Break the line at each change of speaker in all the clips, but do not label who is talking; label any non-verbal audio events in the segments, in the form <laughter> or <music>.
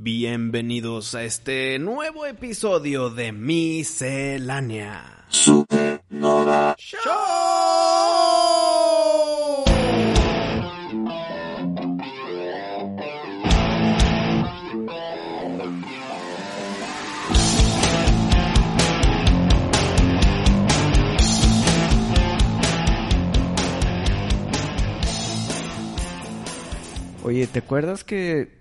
Bienvenidos a este nuevo episodio de Miscelánea.
Supernova.
Show.
Oye, ¿te acuerdas que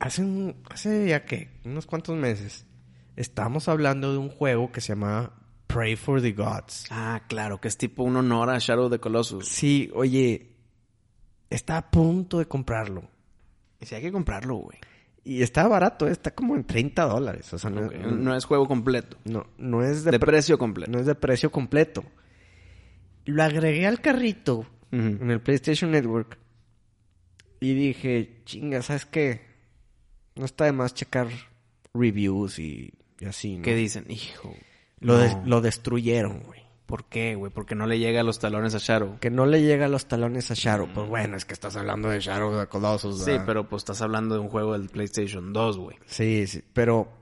hace un, hace ya que unos cuantos meses estábamos hablando de un juego que se llama Pray for the Gods?
Ah, claro, que es tipo un honor a Shadow de Colossus.
Sí, oye, está a punto de comprarlo.
Y si hay que comprarlo, güey.
Y está barato, eh, está como en 30 dólares. O sea, no,
Ok, No es juego completo.
no- no es de,
De precio
pre-
completo.
no es de precio completo. Lo agregué al carrito
Ujú.
en el PlayStation Network. Y dije, chinga, ¿sabes qué? No está de más checar reviews y, y así, ¿no?
¿Qué dicen? Hijo.
Lo, des-
No.
lo destruyeron, güey.
¿Por qué, güey? Porque no le llega a los talones a Shadow.
Que no le llega a los talones a Shadow. Pues bueno, es que estás hablando de Shadow de Colossus.
Mm. Sí,
¿verdad?
pero pues estás hablando de un juego del PlayStation 2, güey.
Sí, sí, pero...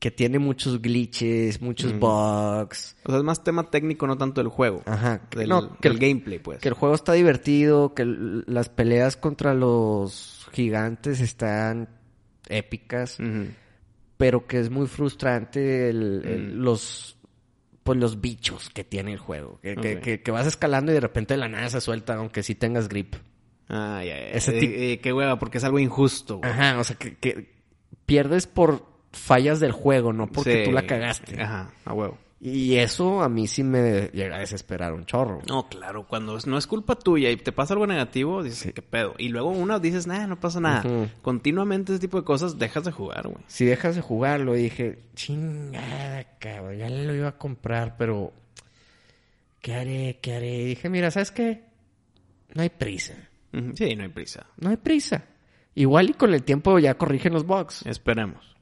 Que tiene muchos glitches,
Mm.
muchos bugs.
O sea, es más tema técnico, no tanto del juego.
Ajá. que-
Del,
Ah, no, que
del
el-
gameplay, pues.
Que el juego está divertido, que l- las peleas contra los gigantes están épicas,
Ujú.
pero que es muy frustrante el- el- los pues los bichos que tiene el juego. Que, que-
Ok.
que- que vas escalando y de repente de la nada se suelta, aunque sí tengas grip.
Ah, ya, ya.
Ese Ah,
Eh,
tipo-
eh, qué hueva, porque es algo injusto, güey.
Ajá, o sea, que, que pierdes por fallas del juego, no porque
Sí.
tú la cagaste.
Ajá, a huevo.
Ah. Y eso a mí sí me llega a desesperar un chorro.
No, claro, cuando es- no es culpa tuya y te pasa algo negativo, dices,
Sí.
¿qué pedo? Y luego una dices, nah, no pasa nada.
Ujú.
Continuamente ese tipo de cosas dejas de jugar, güey.
si dejas de jugarlo, y dije, chingada, cabrón, ya lo iba a comprar, pero ¿qué haré? ¿Qué haré? Y dije, mira, ¿sabes qué? No hay prisa,
Ujú, Sí, no hay prisa.
no hay prisa. Igual y con el tiempo ya corrigen los bugs.
Esperemos.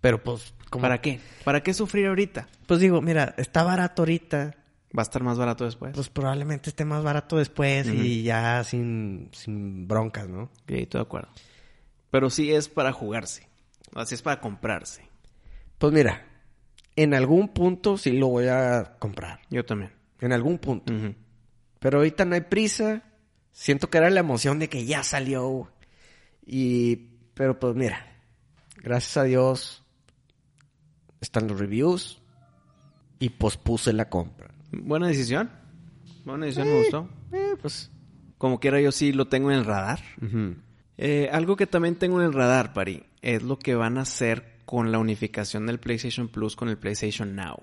Pero pues, como...
Eh, ¿Para qué? ¿Para qué sufrir ahorita?
Pues digo, mira, está barato ahorita,
Va a estar más barato después.
pues probablemente esté más barato después y ya sin, sin broncas, ¿no?
Ok, estoy de acuerdo. Pero sí es para jugarse. Así es para comprarse.
Pues mira, en algún punto sí lo voy a comprar.
Yo también.
En algún punto.
Ujú.
Pero ahorita no hay prisa. Siento que era la emoción de que ya salió. Y. Pero pues mira. Gracias a Dios. Están los reviews. Y pospuse la compra.
Buena decisión. Buena decisión, me gustó.
Eh, pues.
Como quiera, yo sí lo tengo en el radar. Eh, algo que también tengo en el radar, Pari, es lo que van a hacer con la unificación del PlayStation Plus con el PlayStation Now.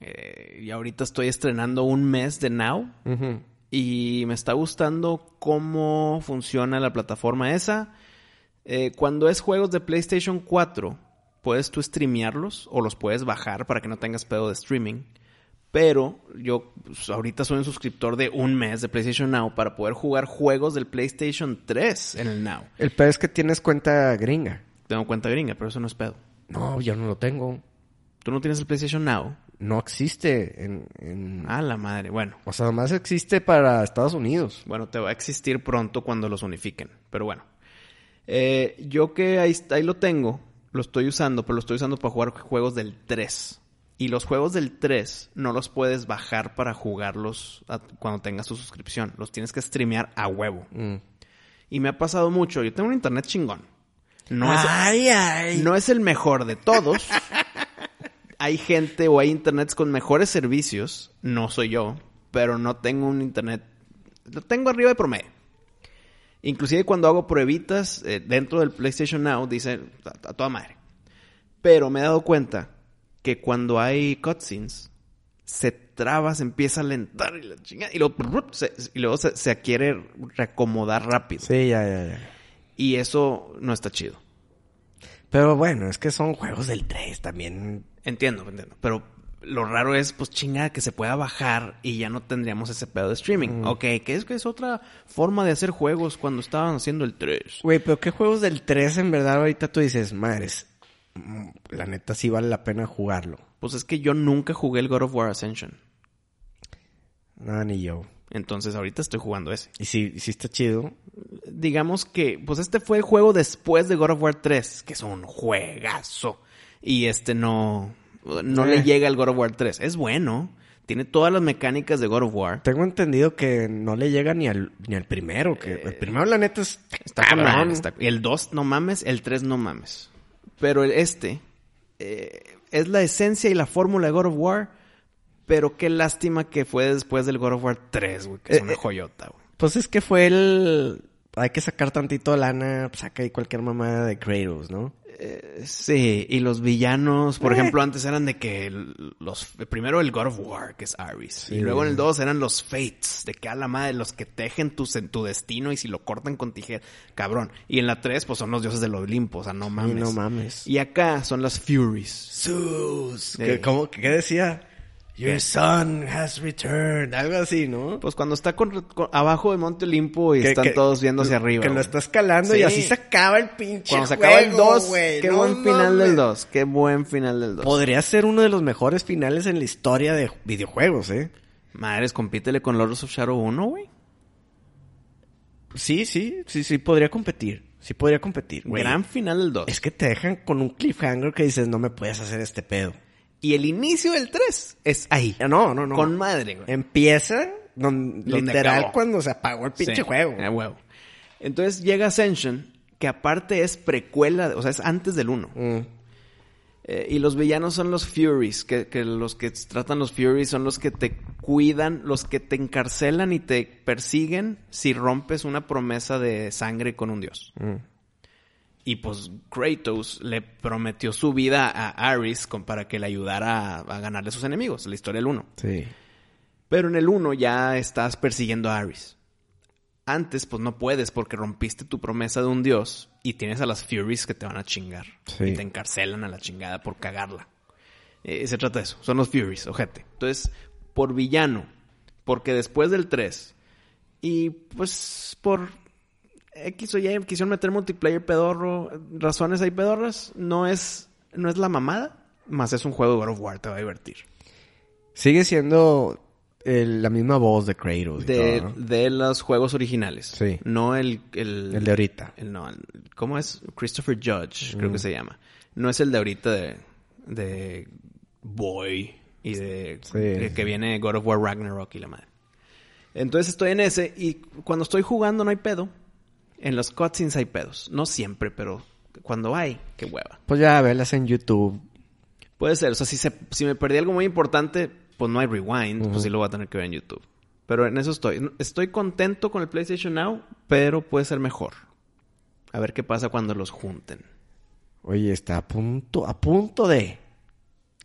Eh, y ahorita estoy estrenando un mes de Now y me está gustando cómo funciona la plataforma esa. Eh, cuando es juegos de PlayStation 4, puedes tú streamearlos o los puedes bajar para que no tengas pedo de streaming. Pero yo pues, ahorita soy un suscriptor de un mes de PlayStation Now para poder jugar juegos del PlayStation 3 en el Now.
El peor es que tienes cuenta gringa.
Tengo cuenta gringa, pero eso no es pedo.
No, yo no lo tengo.
Tú no tienes el PlayStation Now.
No existe en. en-
A la madre. Bueno,
O sea, nomás existe para Estados Unidos.
Bueno, te va a existir pronto cuando los unifiquen. Pero bueno. Eh, yo que ahí, ahí lo tengo, lo estoy usando, pero lo estoy usando para jugar juegos del 3. Y los juegos del 3 no los puedes bajar para jugarlos a- cuando tengas tu suscripción. Los tienes que streamear a huevo.
Mm.
Y me ha pasado mucho. Yo tengo un internet chingón.
Ah,
No es,
Ay, ay.
no es el mejor de todos. hay gente o hay internets con mejores servicios. No soy yo, pero no tengo un internet. Lo tengo arriba de promedio. Inclusive cuando hago pruebitas eh, dentro del PlayStation Now, dice a, a toda madre. Pero me he dado cuenta que cuando hay cutscenes, se traba, se empieza a alentar y, la chingada, y luego, se- y luego se, se quiere reacomodar rápido.
Sí, ya, ya, ya.
Y eso no está chido.
Pero bueno, es que son juegos del 3 también.
Entiendo, entiendo. Pero lo raro es, pues chinga, que se pueda bajar y ya no tendríamos ese pedo de streaming. Ok, que es que es otra forma de hacer juegos cuando estaban haciendo el 3.
Güey, pero ¿qué juegos del 3 en verdad ahorita tú dices, madres? mm, La neta sí vale la pena jugarlo.
Pues es que yo nunca jugué el God of War Ascension.
Nada, ni yo.
Entonces ahorita estoy jugando ese.
Y sí, y sí está chido.
Digamos que, pues este fue el juego después de God of War 3, que es un juegazo. Y este no, no
Eh.
le llega al God of War 3. Es bueno, tiene todas las mecánicas de God of War.
Tengo entendido que no le llega ni al, ni al primero. Que el primero, la neta, es.
Eh, Está
cabrón.
cabrón, Ah, está- El 2 no mames, el 3 no mames. Pero el este eh, es la esencia y la fórmula de God of War. Pero qué lástima que fue después del God of War 3, güey, que es
Eh,
una
eh.
joyota, güey.
Pues es que fue el. Hay que sacar tantito lana, pues saca ahí cualquier mamada de Kratos, ¿no?
eh, Sí, y los villanos, por
Eh.
ejemplo, antes eran de que el- los primero el God of War, que es Ares,
Sí.
y luego en el 2 eran los Fates, de que a la madre los que tejen tu, sen- tu destino y si lo cortan con tijera, cabrón. Y en la 3 pues son los dioses del Olimpo, o sea, no mames.
Y no mames.
Y acá son las Furies.
Zeus.
Sí.
¿Qué, cómo- qué decía? Your
¿Qué?
son has returned. Algo así, ¿no?
Pues cuando está con- con- abajo del Monte Olimpo y
Que-
están
que-
todos viendo hacia
que
arriba.
lo
güey.
está escalando y
Sí.
así se acaba el pinche.
Cuando se acaba el
juego,
2,
güey.
qué
No
buen final
mames.
del 2, qué buen final del 2.
Podría ser uno de los mejores finales en la historia de videojuegos, ¿eh?
Madres, compítele con Lords of Shadow 1, güey.
Sí, sí, sí, sí, podría competir. Sí, podría competir. güey.
Gran final del 2.
Es que te dejan con un cliffhanger que dices, no me puedes hacer este pedo. Eh,
Y el inicio del 3 es ahí.
No, no, no.
Con madre, güey.
Empieza don-
Donde
literal
acabó.
cuando se apagó el pinche
Sí, Eh,
juego.
a huevo. Entonces llega Ascension, que aparte es precuela, o sea, es antes del 1.
Mm.
Eh, y los villanos son los Furies, que, que los que tratan los Furies son los que te cuidan, los que te encarcelan y te persiguen si rompes una promesa de sangre con un dios. Y pues Kratos le prometió su vida a Ares con- para que le ayudara a, a ganarle a sus enemigos, la historia del 1.
Sí.
Pero en el 1 ya estás persiguiendo a Ares. Antes pues no puedes porque rompiste tu promesa de un dios y tienes a las Furies que te van a chingar.
Sí.
Y te encarcelan a la chingada por cagarla. Eh, se trata de eso. Son los Furies, ojete. Entonces, por villano, porque después del 3 y pues por X o Y quisieron meter multiplayer pedorro, razones hay pedorras, no es, no es la mamada, más es un juego de God of War, te va a divertir.
Sigue siendo el- la misma voz de Kratos. y
De,
todo, ¿no?
de los juegos originales.
Sí.
No el... El,
El de ahorita. Mm.
el- no, el- ¿Cómo es? Christopher Judge, creo que se llama. No es el de ahorita de... de Boy y de...
Sí.
el que viene God of War Ragnarok y la madre. Entonces estoy en ese y cuando estoy jugando no hay pedo. En los cutscenes hay pedos. No siempre, pero cuando hay, qué hueva.
Pues ya, velas en YouTube.
Puede ser. O sea, si, se- si me perdí algo muy importante, pues no hay rewind.
Ujú.
Pues sí lo voy a tener que ver en YouTube. Pero en eso estoy. Estoy contento con el PlayStation Now, pero puede ser mejor. A ver qué pasa cuando los junten.
Oye, está a punto, a punto de,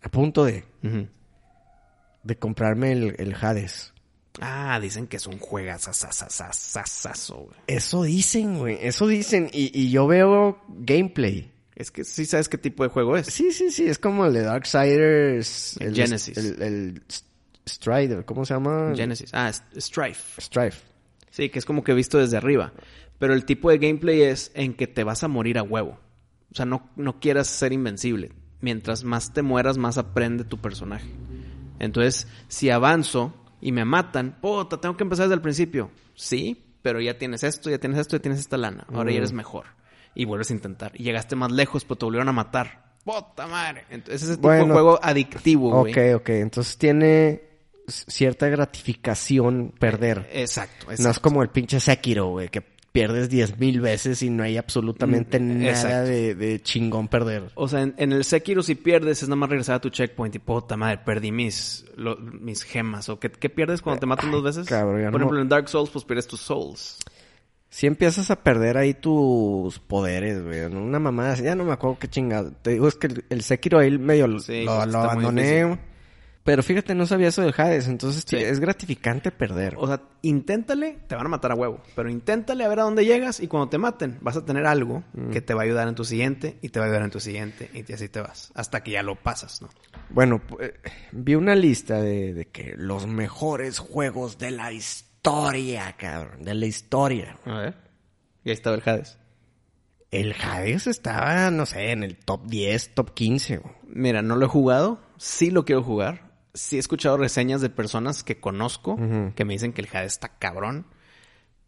a punto de,
Ujú.
de comprarme el, el Hades.
Ah, dicen que es un juegazazazazazazazo, güey.
Eso dicen, güey. Eso dicen. Y, y yo veo gameplay.
Es que sí sabes qué tipo de juego es.
Sí, sí, sí. Es como el de Darksiders.
El Genesis.
El, el Strider. ¿Cómo se llama?
Genesis. Ah, es- Strife.
Strife.
Sí, que es como que visto desde arriba. Pero el tipo de gameplay es en que te vas a morir a huevo. O sea, no, no quieras ser invencible. Mientras más te mueras, más aprende tu personaje. Entonces, si avanzo y me matan, puta, tengo que empezar desde el principio. Sí, pero ya tienes esto, ya tienes esto, ya tienes esta lana. Ahora ya eres mejor. Y vuelves a intentar. Y llegaste más lejos, pero te volvieron a matar. Puta madre. Entonces, ese tipo
Bueno.
de juego adictivo, güey.
Ok, ok. Entonces tiene c- cierta gratificación perder.
Exacto, Eh, exacto.
No es como el pinche Sekiro, güey, que pierdes 10.000 veces y no hay absolutamente
Mm,
nada
exacto.
de, de chingón perder.
O sea, en, en el Sekiro si pierdes es nada más regresar a tu checkpoint y puta madre, perdí mis, lo- mis gemas. ¿O qué, qué pierdes cuando te matan dos veces?
cabrón, ya
Por
no-
ejemplo, en Dark Souls pues pierdes tus souls.
Si empiezas a perder ahí tus poderes, güey, ¿no? una mamada, así, ya no me acuerdo qué chingado. Te digo, es que el, el Sekiro ahí medio lo-
Sí,
lo,
pues,
lo
está muy
abandoné. Pero fíjate, no sabía eso del Hades, entonces
Sí.
es gratificante perder.
O sea, inténtale, te van a matar a huevo. Pero inténtale a ver a dónde llegas y cuando te maten vas a tener algo
Mm.
que te va a ayudar en tu siguiente y te va a ayudar en tu siguiente y así te vas. Hasta que ya lo pasas, ¿no?
Bueno, pu- eh, vi una lista de, de que los mejores juegos de la historia, cabrón, de la historia.
A ver. Y ahí estaba el Hades.
El Hades estaba, no sé, en el top 10, top 15, güey.
Mira, no lo he jugado, sí lo quiero jugar. sí he escuchado reseñas de personas que conozco
Ujú.
que me dicen que el Jade está cabrón.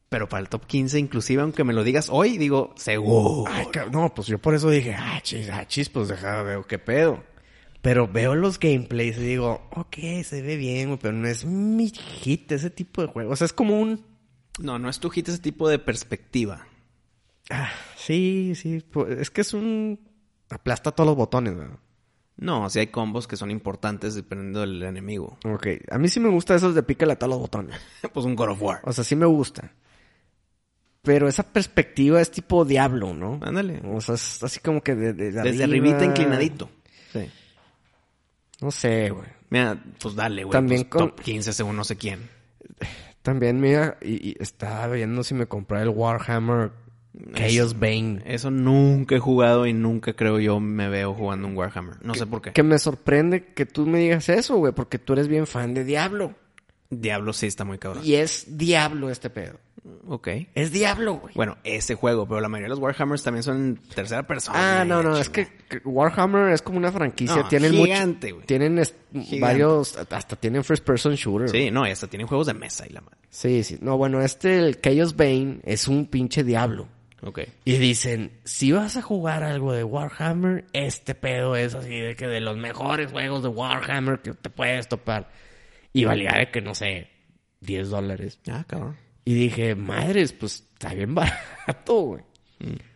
Pero para el top 15, inclusive, aunque me lo digas hoy, digo, seguro.
Ay, cab- no, pues yo por eso dije, ah, chis, ah, chis, pues deja, veo qué pedo. Pero veo los gameplays y digo, ok, se ve bien, güey, pero no es mi hit ese tipo de juego. O sea, es como un...
No, no es tu hit ese tipo de perspectiva.
Ah, sí, sí, pues, es que es un... Aplasta todos los botones, ¿verdad?
No, sí hay combos que son importantes dependiendo del enemigo. <laughs>
Ok, a mí sí me gusta esos de pícale a todos los botones.
pues un God of War.
O sea, sí me gusta. Pero esa perspectiva es tipo diablo, ¿no?
Ándale.
O sea, es así como que de, de- de
Desde
arriba.
arribita inclinadito. Sí.
No sé, güey.
Mira, pues dale, güey.
También
pues
con-
top 15 según no sé quién.
También, mira, y, y estaba viendo si me compré el Warhammer Chaos Bane.
Eso nunca he jugado y nunca creo yo me veo jugando un Warhammer. No sé por qué.
Que me sorprende que tú me digas eso, güey, porque tú eres bien fan de Diablo.
Diablo sí está muy cabrón.
Y es Diablo este pedo.
Ok.
Es Diablo, güey.
Bueno, ese juego, pero la mayoría de los Warhammers también son en tercera persona.
Ah, no, no, es que que Warhammer es como una franquicia.
No,
tienen
gigante,
mucho,
güey.
Tienen es- varios, hasta tienen first person shooter.
Sí, no, y hasta tienen juegos de mesa y la madre.
Sí, sí. No, bueno, este, el Chaos Bane, es un pinche diablo.
Ok.
Y dicen, si vas a jugar algo de Warhammer, este pedo es así de que de los mejores juegos de Warhammer que te puedes topar. Y valía de que, no sé, 10 dólares.
Ah, cabrón.
Y dije, madres, pues está bien <laughs> barato, güey.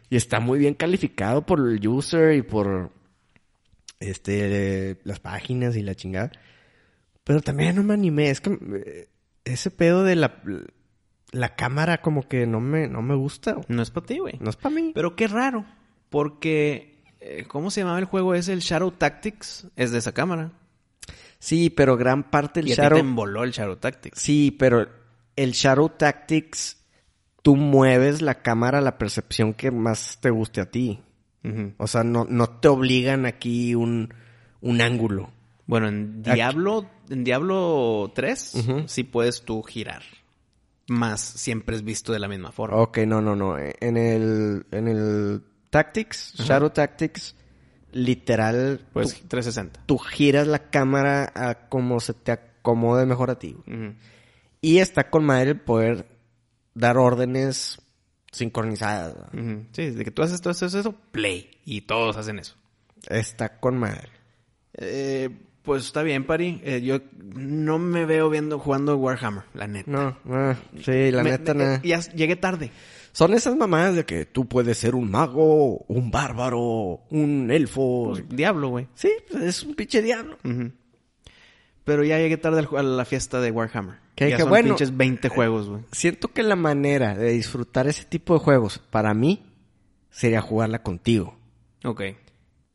Y está muy bien calificado por el user y por este las páginas y la chingada. Pero también no me animé. Es que eh, ese pedo de la, la cámara como que no me, no me gusta. güey.
No es para ti, güey.
No es para mí.
Pero qué raro, porque... eh, ¿Cómo se llamaba el juego? Es el Shadow Tactics. Es de esa cámara.
Sí, pero gran parte
y
del
a ti
Shadow...
te emboló el Shadow Tactics.
Sí, pero el Shadow Tactics, tú mueves la cámara a la percepción que más te guste a ti.
Ujú.
O sea, no, no te obligan aquí un, un ángulo.
Bueno, en Diablo, en Diablo 3 sí puedes tú girar. Más siempre es visto de la misma forma.
Ok, no, no, no. En el, en el Tactics, Shadow Tactics, literal,
Pues
tú,
360.
tú giras la cámara a como se te acomode mejor a ti. güey.
Ujú.
Y está con madre el poder dar órdenes sincronizadas. ¿no?
Ujú. Sí, de que tú haces esto, haces eso, play. Y todos hacen eso.
Está con madre.
Eh, pues está bien, Pari. Eh, yo no me veo viendo jugando Warhammer, la neta.
No, no, sí, la
Me-
neta,
me-
nada.
Ya llegué tarde.
Son esas mamadas de que tú puedes ser un mago, un bárbaro, un elfo.
Pues, Diablo, güey.
Sí, pues, es un pinche diablo.
Ujú. Pero ya llegué tarde al ju- a la fiesta de Warhammer.
Que
ya
dije,
son
bueno,
pinches 20 juegos, güey.
Siento que la manera de disfrutar ese tipo de juegos, para mí, sería jugarla contigo.
Ok.
Eh,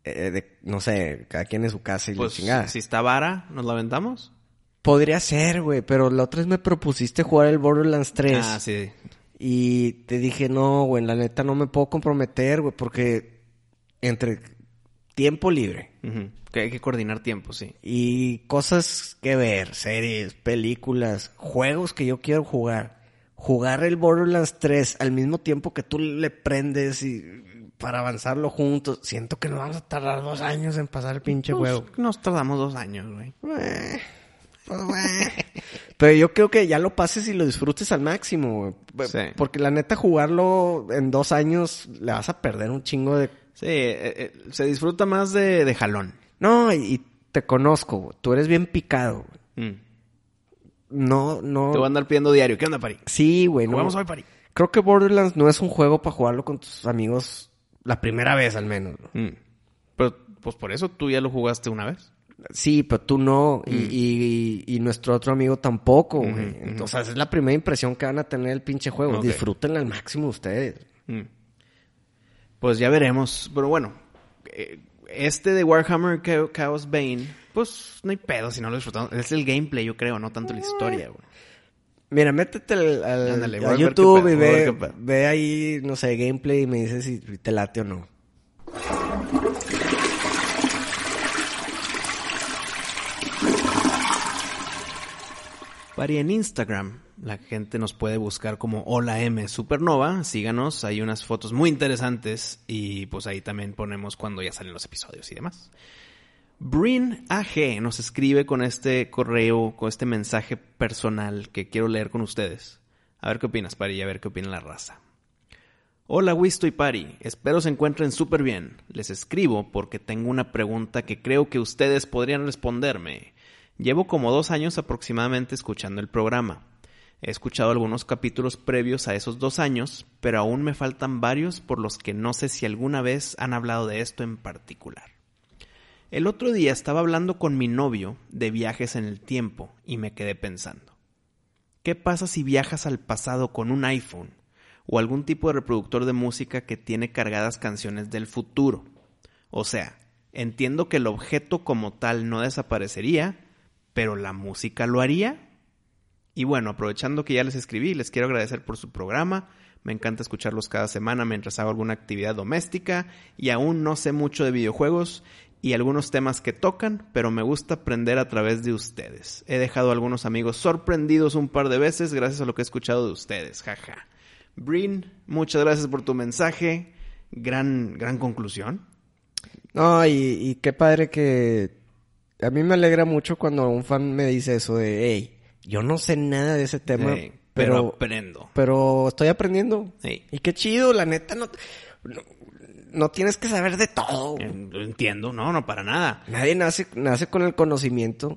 de- no sé, cada quien en su casa y
Pues
la chingada.
si está vara, nos la aventamos.
Podría ser, güey, pero la otra vez me propusiste jugar el Borderlands 3.
Ah, sí.
Y te dije, no, güey, la neta no me puedo comprometer, güey, porque entre tiempo libre
Ujú. Que hay que coordinar tiempo, sí.
y cosas que ver, series, películas, juegos que yo quiero jugar, jugar el Borderlands 3 al mismo tiempo que tú le prendes y para avanzarlo juntos, siento que nos vamos a tardar dos años en pasar el pinche
Pues,
juego.
Nos tardamos dos años, güey.
Eh, pues, eh. Pero yo creo que ya lo pases y lo disfrutes al máximo, güey. Pues,
Sí.
Porque la neta, jugarlo en dos años le vas a perder un chingo de.
Sí, eh, eh, se disfruta más de, de jalón.
No, y, y te conozco, güey. Tú eres bien picado, güey.
Mm.
No, no.
Te voy a andar pidiendo diario. ¿Qué onda, Pari?
Sí, güey. No.
Jugamos hoy, Pari.
Creo que Borderlands no es un juego para jugarlo con tus amigos la primera vez, al menos. ¿no?
Mm. Pero, pues por eso tú ya lo jugaste una vez.
Sí, pero tú no. Y, y- y nuestro otro amigo tampoco, güey.
Mm. Ujú, ujú.
Entonces, esa es la primera impresión que van a tener el pinche juego.
Ok.
Disfrútenla al máximo ustedes.
Mm. Pues ya veremos. Pero bueno, eh, este de Warhammer Cha- Chaos Bane, pues no hay pedo si no lo disfrutamos. Es el gameplay, yo creo, no tanto la historia, güey.
Mira, métete al, al-
Ándale,
a
voy a ver qué
YouTube
pedo, voy
y
a ver
ve,
qué pedo.
ve ahí, no sé, gameplay y me dices si te late o no.
Pari, en Instagram, la gente nos puede buscar como Hola M Supernova. Síganos, hay unas fotos muy interesantes y pues ahí también ponemos cuando ya salen los episodios y demás. Bryn AG nos escribe con este correo, con este mensaje personal que quiero leer con ustedes. A ver qué opinas, Pari, y a ver qué opina la raza. Hola, Wisto y Pari. Espero se encuentren súper bien. Les escribo porque tengo una pregunta que creo que ustedes podrían responderme. Llevo como dos años aproximadamente escuchando el programa. He escuchado algunos capítulos previos a esos dos años, pero aún me faltan varios por los que no sé si alguna vez han hablado de esto en particular. El otro día estaba hablando con mi novio de viajes en el tiempo y me quedé pensando. ¿Qué pasa si viajas al pasado con un iPhone o algún tipo de reproductor de música que tiene cargadas canciones del futuro? O sea, entiendo que el objeto como tal no desaparecería, pero la música lo haría. Y bueno, aprovechando que ya les escribí, les quiero agradecer por su programa. Me encanta escucharlos cada semana mientras hago alguna actividad doméstica y aún no sé mucho de videojuegos y algunos temas que tocan, pero me gusta aprender a través de ustedes. He dejado a algunos amigos sorprendidos un par de veces gracias a lo que he escuchado de ustedes, jaja. Brin, muchas gracias por tu mensaje. Gran, gran conclusión.
No, y, y qué padre que... A mí me alegra mucho cuando un fan me dice eso de, hey, yo no sé nada de ese tema,
Sí, Eh, pero,
pero, pero,
aprendo.
estoy aprendiendo.
Sí.
Y qué chido, la neta, no, no, no tienes que saber de todo.
En- Entiendo, no, no, para nada.
Nadie nace, nace con el conocimiento.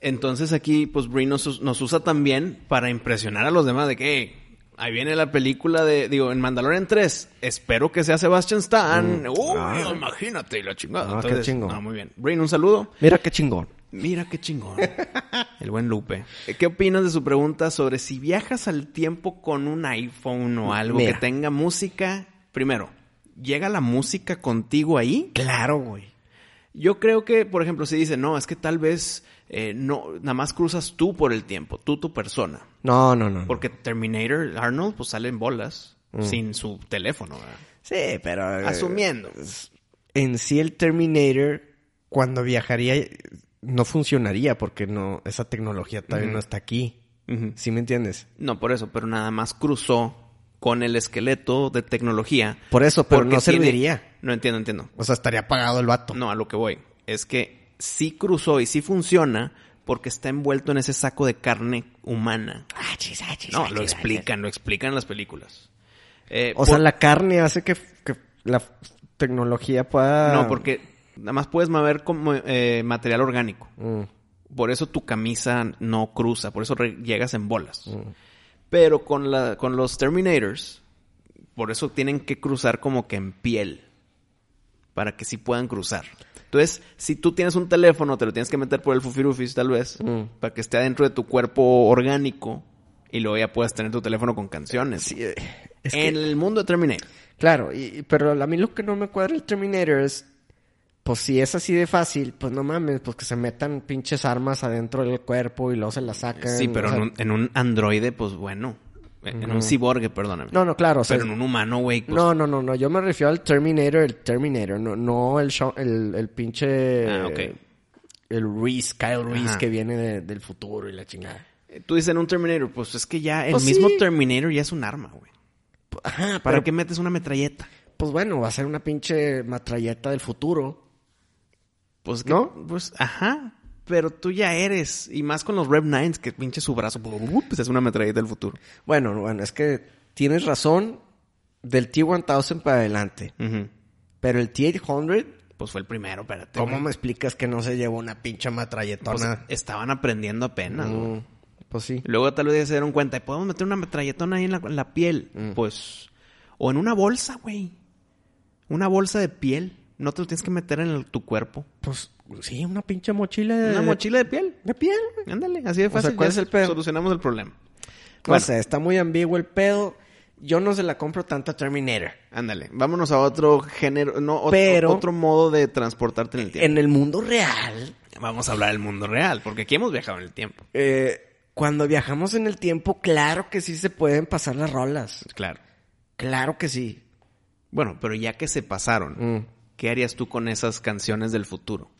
Entonces aquí, pues Brin nos, us- nos usa también para impresionar a los demás de que "Hey, ahí viene la película de, digo, en Mandalorian 3. Espero que sea Sebastian Stan. Uy, imagínate, la chingada.
Mm, Ah, qué
Entonces,
chingón.
no, muy bien. Brin, un saludo.
Mira qué chingón.
Mira qué <laughs> chingón. El buen Lupe. Eh, ¿Qué opinas de su pregunta sobre si viajas al tiempo con un iPhone o algo
Mira.
que tenga música? Primero, ¿llega la música contigo ahí?
Claro, güey.
Yo creo que, por ejemplo, si dice, no, es que tal vez eh, no, nada más cruzas tú por el tiempo, tú tu persona.
No, no, no. no.
Porque Terminator, Arnold, pues sale en bolas,
Mm.
sin su teléfono. ¿verdad?
Sí, pero... eh,
Asumiendo.
En sí el Terminator, cuando viajaría, eh, no funcionaría porque no esa tecnología todavía no está aquí.
Ujú.
¿Sí me entiendes?
No, por eso, pero nada más cruzó con el esqueleto de tecnología.
Por eso, pero
Porque
no
tiene-
serviría.
No entiendo, entiendo.
O sea, estaría apagado el vato.
No, a lo que voy. Es que sí cruzó y sí funciona porque está envuelto en ese saco de carne humana. No, lo explican, lo explican en las películas. Eh,
O sea,
por-
la carne hace que, que la f- tecnología pueda...
No, porque nada más puedes mover como eh, material orgánico.
Mm.
Por eso tu camisa no cruza, por eso re- llegas en bolas.
Mm.
Pero con, la, con los Terminators, por eso tienen que cruzar como que en piel, para que sí puedan cruzar. Entonces, si tú tienes un teléfono, te lo tienes que meter por el fufirufis tal vez,
Mm.
para que esté adentro de tu cuerpo orgánico y luego ya puedas tener tu teléfono con canciones.
Sí, eh, es que-
en el mundo de Terminator.
Claro, y, y- pero a mí lo que no me cuadra el Terminator es... Pues si es así de fácil, pues no mames, pues que se metan pinches armas adentro del cuerpo y luego se las sacan.
Sí, pero
o sea,
en, un, en un androide, pues bueno. En en un ciborgue, perdóname.
No, no, claro, o sea,
Pero en un humano, güey, pues,
No, no, no, no. Yo me refiero al Terminator, el Terminator, no, no el, Sha- el, el pinche.
Ah, ok.
El Reese, Kyle Reese
Ajá.
que viene de- del futuro y la chingada.
Eh, Tú dices en un Terminator, pues es que ya el
Pues
mismo
sí.
Terminator ya es un arma, güey.
Ajá,
¿Para
pero
qué metes una metralleta?
pues bueno, va a ser una pinche matralleta del futuro.
Pues que-
¿No?
Pues, ajá. Pero tú ya eres. Y más con los Rev 9 que pinche su brazo. Pues es una metralleta del futuro.
Bueno, bueno, es que tienes razón del T1000 para adelante.
Ujú.
Pero el T800,
Pues fue el primero, espérate.
¿cómo
güey.
me explicas que no se llevó una pinche
Pues,
matralletona?
estaban aprendiendo apenas. güey.
Mm, pues sí.
Luego tal vez ya se dieron cuenta. ¿y ¿Podemos meter una metralletona ahí en la, en la piel?
Mm.
Pues... O en una bolsa, güey. Una bolsa de piel. No te lo tienes que meter en el- tu cuerpo.
Pues sí, una pinche mochila.
Una
de-
mochila de piel.
de piel, güey.
Ándale, así de
sea,
fácil.
¿cuál
ya
es el pedo?
Solucionamos el problema.
No
Bueno.
sé, está muy ambiguo el pedo. Yo no se la compro tanto a Terminator.
Ándale, vámonos a otro género, no, ot-
Pero-
otro modo de transportarte en el tiempo.
En el mundo real,
Eh, Vamos a hablar del mundo real, porque aquí hemos viajado en el tiempo.
eh, cuando viajamos en el tiempo, claro que sí se pueden pasar las rolas.
Claro.
Claro que sí.
Bueno, pero ya que se pasaron,
Mm.
¿qué harías tú con esas canciones del futuro?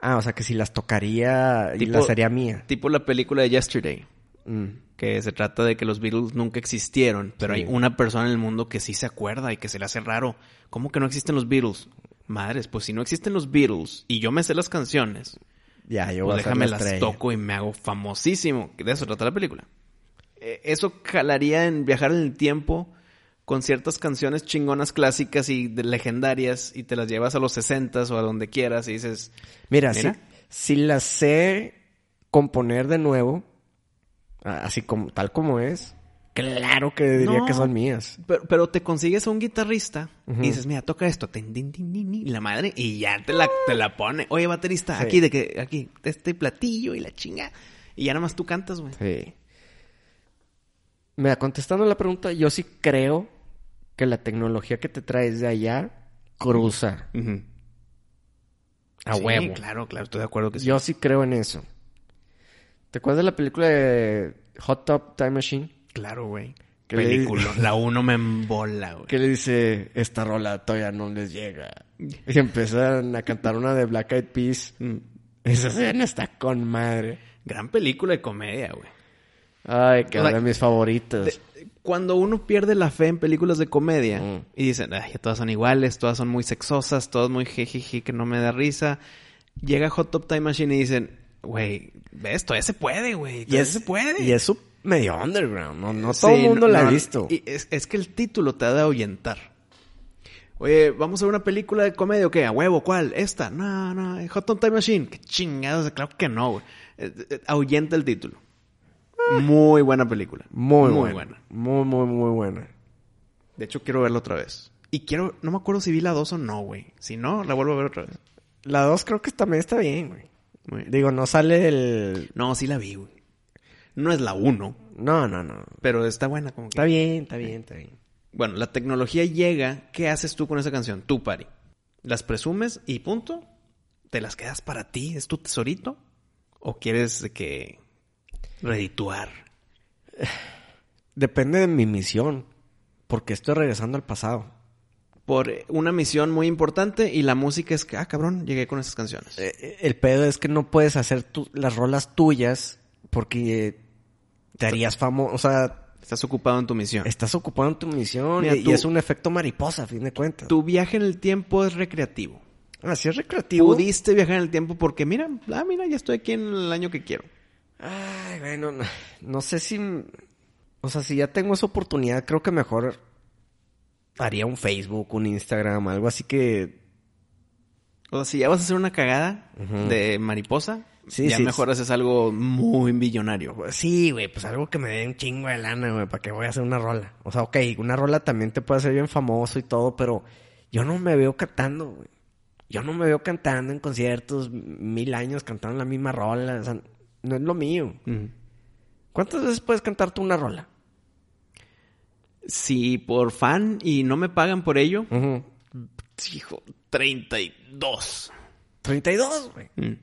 Ah, o sea que si las tocaría y
Tipo-
las haría mía.
Tipo la película de Yesterday,
Mm.
que se trata de que los Beatles nunca existieron, pero
Sí.
hay una persona en el mundo que sí se acuerda y que se le hace raro. ¿Cómo que no existen los Beatles? Madres, pues si no existen los Beatles y yo me sé las canciones,
Ya, yo voy
pues
a ser la
déjame las
estrella.
toco y me hago famosísimo. De eso trata la película. Eh, Eso jalaría en viajar en el tiempo con ciertas canciones chingonas clásicas y de- legendarias y te las llevas a los 60s o a donde quieras y dices,
Mira,
Mira.
Si, si la sé componer de nuevo, a- así como tal como es, claro que diría
No.
que son mías.
pero, pero te consigues a un guitarrista
Ujú.
y dices, mira, toca esto, tin, tin, tin, tin, tin, y la madre, y ya te la, te la pone. Oye, baterista,
Sí.
aquí, de que, aquí, este platillo y la chinga. Y ya nada más tú cantas, güey.
Sí. Mira, contestando la pregunta, yo sí creo que la tecnología que te traes de allá cruza
Ujú.
a
Sí,
huevo.
Claro, claro, estoy de acuerdo que sí.
Yo sí creo en eso. ¿Te acuerdas de la película de Hot Top Time Machine?
Claro, güey.
Que
Película. La uno me embola, güey.
que le dice, esta rola todavía no les llega. Y empiezan a cantar una de Black Eyed Peas.
Mm.
Esa escena está con madre.
Gran película de comedia, güey.
Ay, que es
Like,
de mis favoritas.
De- Cuando uno pierde la fe en películas de comedia
Mm.
y dicen, ay, ya todas son iguales, todas son muy sexosas, todas muy jijiji, que no me da risa. Llega Hot Top Time Machine y dicen, güey, ves, todavía se puede, güey. Todavía se puede.
Y es su- medio underground. No, no
Sí,
todo el mundo
no-
la ha
no,
visto.
y es, es que el título te ha de ahuyentar. Oye, ¿vamos a ver una película de comedia o qué? ¿A huevo? ¿Cuál? ¿Esta? No, no, eh, Hot Tub Time Machine. Qué chingados, claro que no, güey. Eh, eh, Ahuyenta el título. Muy buena película.
Muy, buena. Muy, muy, muy buena.
De hecho, quiero verla otra vez. Y quiero, no me acuerdo si vi la 2 o no, güey. Si no, la vuelvo a ver otra vez.
La dos creo que también está bien, güey.
Muy bien.
Digo, no sale el...
No, sí la vi, güey. No es la 1,
No, no, no.
pero está buena como que.
Está bien, está bien, está bien.
Bueno, la tecnología llega. ¿Qué haces tú con esa canción? Tú, Pari. ¿Las presumes y punto? ¿Te las quedas para ti? ¿Es tu tesorito? ¿O quieres de que redituar?
Depende de mi misión. Porque estoy regresando al pasado.
Por una misión muy importante y la música es que, ah, cabrón, llegué con esas canciones.
Eh, El pedo es que no puedes hacer tu- las rolas tuyas porque eh, te harías famoso. O sea,
Estás ocupado en tu misión.
estás ocupando tu misión
Mira,
y, y
tú-
es un efecto mariposa, a fin de cuentas.
Tu viaje en el tiempo es recreativo.
Así es recreativo.
Pudiste viajar en el tiempo porque, mira, ah, mira, ya estoy aquí en el año que quiero.
Ay, bueno, no, no sé si. O sea, si ya tengo esa oportunidad, creo que mejor haría un Facebook, un Instagram, algo así que.
O sea, si ya vas a hacer una cagada de mariposa,
Sí,
ya
sí,
mejor haces algo muy millonario.
Sí, güey, pues algo que me dé un chingo de lana, güey, para que voy a hacer una rola. O sea, ok, una rola también te puede hacer bien famoso y todo, pero yo no me veo cantando, güey. Yo no me veo cantando en conciertos mil años cantando la misma rola. O sea, no es lo mío.
Ujú.
¿Cuántas veces puedes cantar tú una rola?
Si por fan y no me pagan por ello, hijo, 32.
32, güey.
Mm.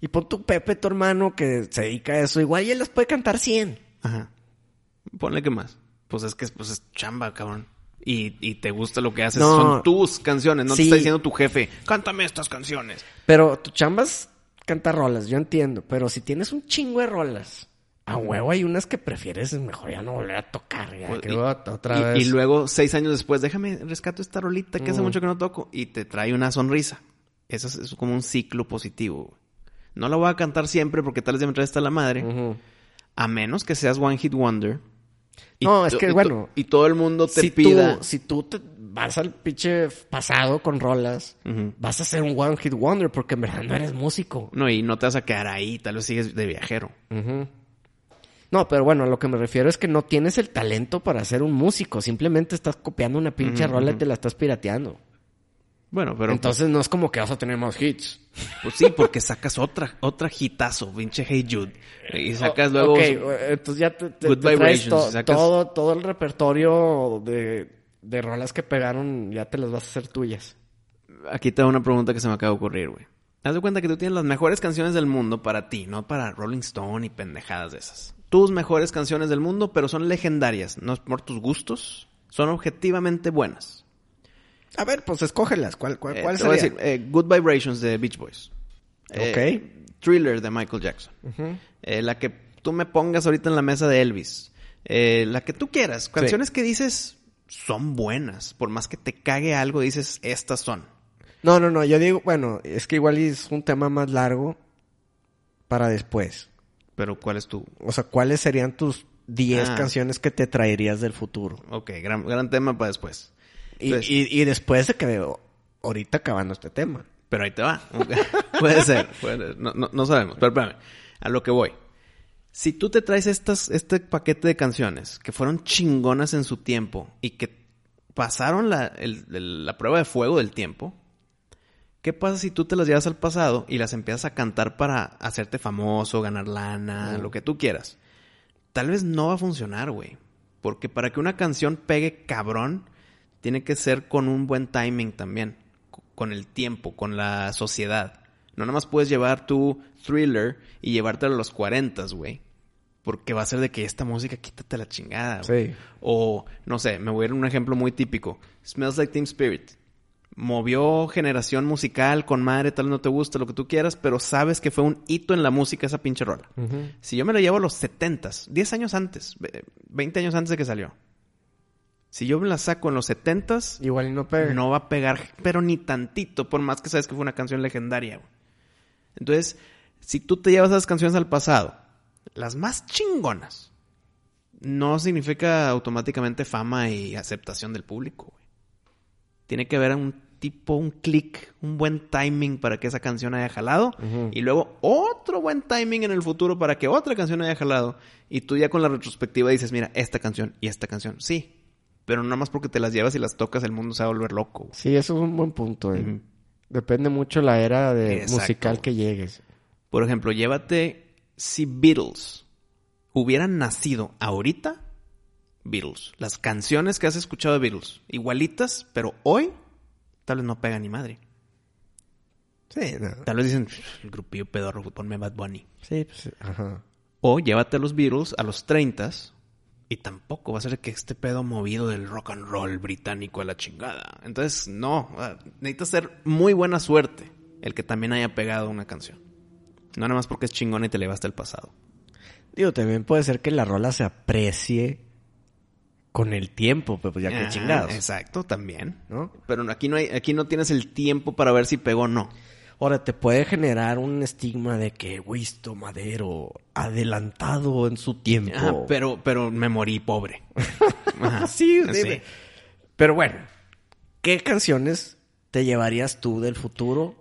Y pon tu Pepe, tu hermano, que se dedica a eso. Igual y él las puede cantar 100.
Ajá. Ponle que más. Pues es que es- pues es chamba, cabrón. Y, y te gusta lo que haces.
No.
Son tus canciones. No te
Sí.
está diciendo tu jefe, cántame estas canciones.
Pero tu chambas canta rolas, yo entiendo. Pero si tienes un chingo de rolas, a huevo hay unas que prefieres mejor ya no volver a tocar. Ya,
Pues,
que
y-
luego otra
y,
vez. Mm.
y luego, seis años después, déjame rescato esta rolita que hace mucho que no toco. Y te trae una sonrisa. Eso es, es como un ciclo positivo. güey. No la voy a cantar siempre porque tal vez ya me trae hasta la madre.
Ujú.
A menos que seas One Hit Wonder.
No, es
to-
que,
y to-
bueno,
Y todo el mundo te
si,
pida.
tú, si tú te vas al pinche pasado con rolas,
Ujú.
vas a ser un one hit wonder porque en verdad no eres músico.
No, y no te vas a quedar ahí, tal vez sigues de viajero.
Ujú. No, pero bueno, a lo que me refiero es que no tienes el talento para ser un músico. Simplemente estás copiando una pinche rola y te la estás pirateando.
Bueno, pero
Entonces no es como que vas a tener más hits.
pues, pues sí, porque sacas otra, otra hitazo, pinche Hey Jude. Y sacas
O-
luego
Oh, ok, eh, entonces ya te, te-
Good
te traes
Vibrations,
to-
sacas-
todo, todo el repertorio de, de rolas que pegaron, ya te las vas a hacer tuyas.
Aquí te da una pregunta que se me acaba de ocurrir, güey. Haz de cuenta que tú tienes las mejores canciones del mundo para ti, no para Rolling Stone y pendejadas de esas. Tus mejores canciones del mundo, pero son legendarias, no es por tus gustos, son objetivamente buenas.
A ver, pues escógelas. ¿Cuál, cuál,
Eh,
cuál
te voy a
sería?
decir, eh, Good Vibrations de Beach Boys. Eh, Thriller de Michael Jackson.
Ujú.
Eh, la que tú me pongas ahorita en la mesa de Elvis. Eh, la que tú quieras. Canciones que dices son buenas. Por más que te cague algo, dices, estas son.
No, no, no, yo digo, bueno, es que igual es un tema más largo para después.
Pero ¿cuál es tu...?
O sea, ¿cuáles serían tus 10
Ah.
canciones que te traerías del futuro?
Ok, gran, gran tema para después.
Y,
Entonces-
y- y después de que veo, ahorita acabando este tema.
Pero ahí te <laughs> va. puede ser. puede ser. No, no- no sabemos. Pero espérame. A lo que voy. Si tú te traes estas, este paquete de canciones que fueron chingonas en su tiempo y que pasaron la, el- el- la prueba de fuego del tiempo, ¿qué pasa si tú te las llevas al pasado y las empiezas a cantar para hacerte famoso, ganar lana,
Mm.
lo que tú quieras? Tal vez no va a funcionar, güey. Porque para que una canción pegue cabrón, tiene que ser con un buen timing también. c- Con el tiempo, con la sociedad. No nada más puedes llevar tu thriller y llevártelo a los 40, güey. Porque va a ser de que esta música quítate la chingada. güey.
Sí.
O, no sé, me voy a ir a un ejemplo muy típico. Smells Like Team Spirit. Movió generación musical con madre, tal no te gusta, lo que tú quieras, pero sabes que fue un hito en la música esa pinche rola.
Pues,
Si yo me la llevo a los 70, 10 años antes, ve- 20 años antes de que salió. Si yo me la saco en los 70,
Igual y no pega.
no va a pegar, pero ni tantito, por más que sabes que fue una canción legendaria. güey. Entonces, si tú te llevas esas canciones al pasado, las más chingonas, no significa automáticamente fama y aceptación del público. güey. Tiene que haber un tipo, un clic, un buen timing para que esa canción haya jalado
Ujú.
y luego otro buen timing en el futuro para que otra canción haya jalado y tú ya con la retrospectiva dices, mira, esta canción y esta canción, sí, pero nada más porque te las llevas y las tocas el mundo se va a volver loco. güey.
Sí, eso es un buen punto. eh.
Ujú.
Depende mucho la era de
Exacto.
musical que llegues.
Por ejemplo, llévate si Beatles hubieran nacido ahorita, Beatles. Las canciones que has escuchado de Beatles, igualitas, pero hoy tal vez no pega ni madre.
Sí, no.
Tal vez dicen, el grupillo pedorro, güey, ponme Bad Bunny.
Sí, pues, ajá.
O llévate a los Beatles a los 30 y tampoco va a ser que este pedo movido del rock and roll británico a la chingada. Entonces, no, ah, necesitas ser muy buena suerte el que también haya pegado una canción. No nada más porque es chingón y te le vas el pasado.
Digo, también puede ser que la rola se aprecie con el tiempo, pero pues ya que
Ajá,
chingados.
Exacto, también.
¿no?
Pero aquí no, hay, aquí no tienes el tiempo para ver si pegó o no.
Ahora, te puede generar un estigma de que Wisto Madero, adelantado en su tiempo.
Ah, pero, pero me morí pobre.
<laughs>
Ajá,
Oh. Sí, dime. Pero bueno, ¿qué canciones te llevarías tú del futuro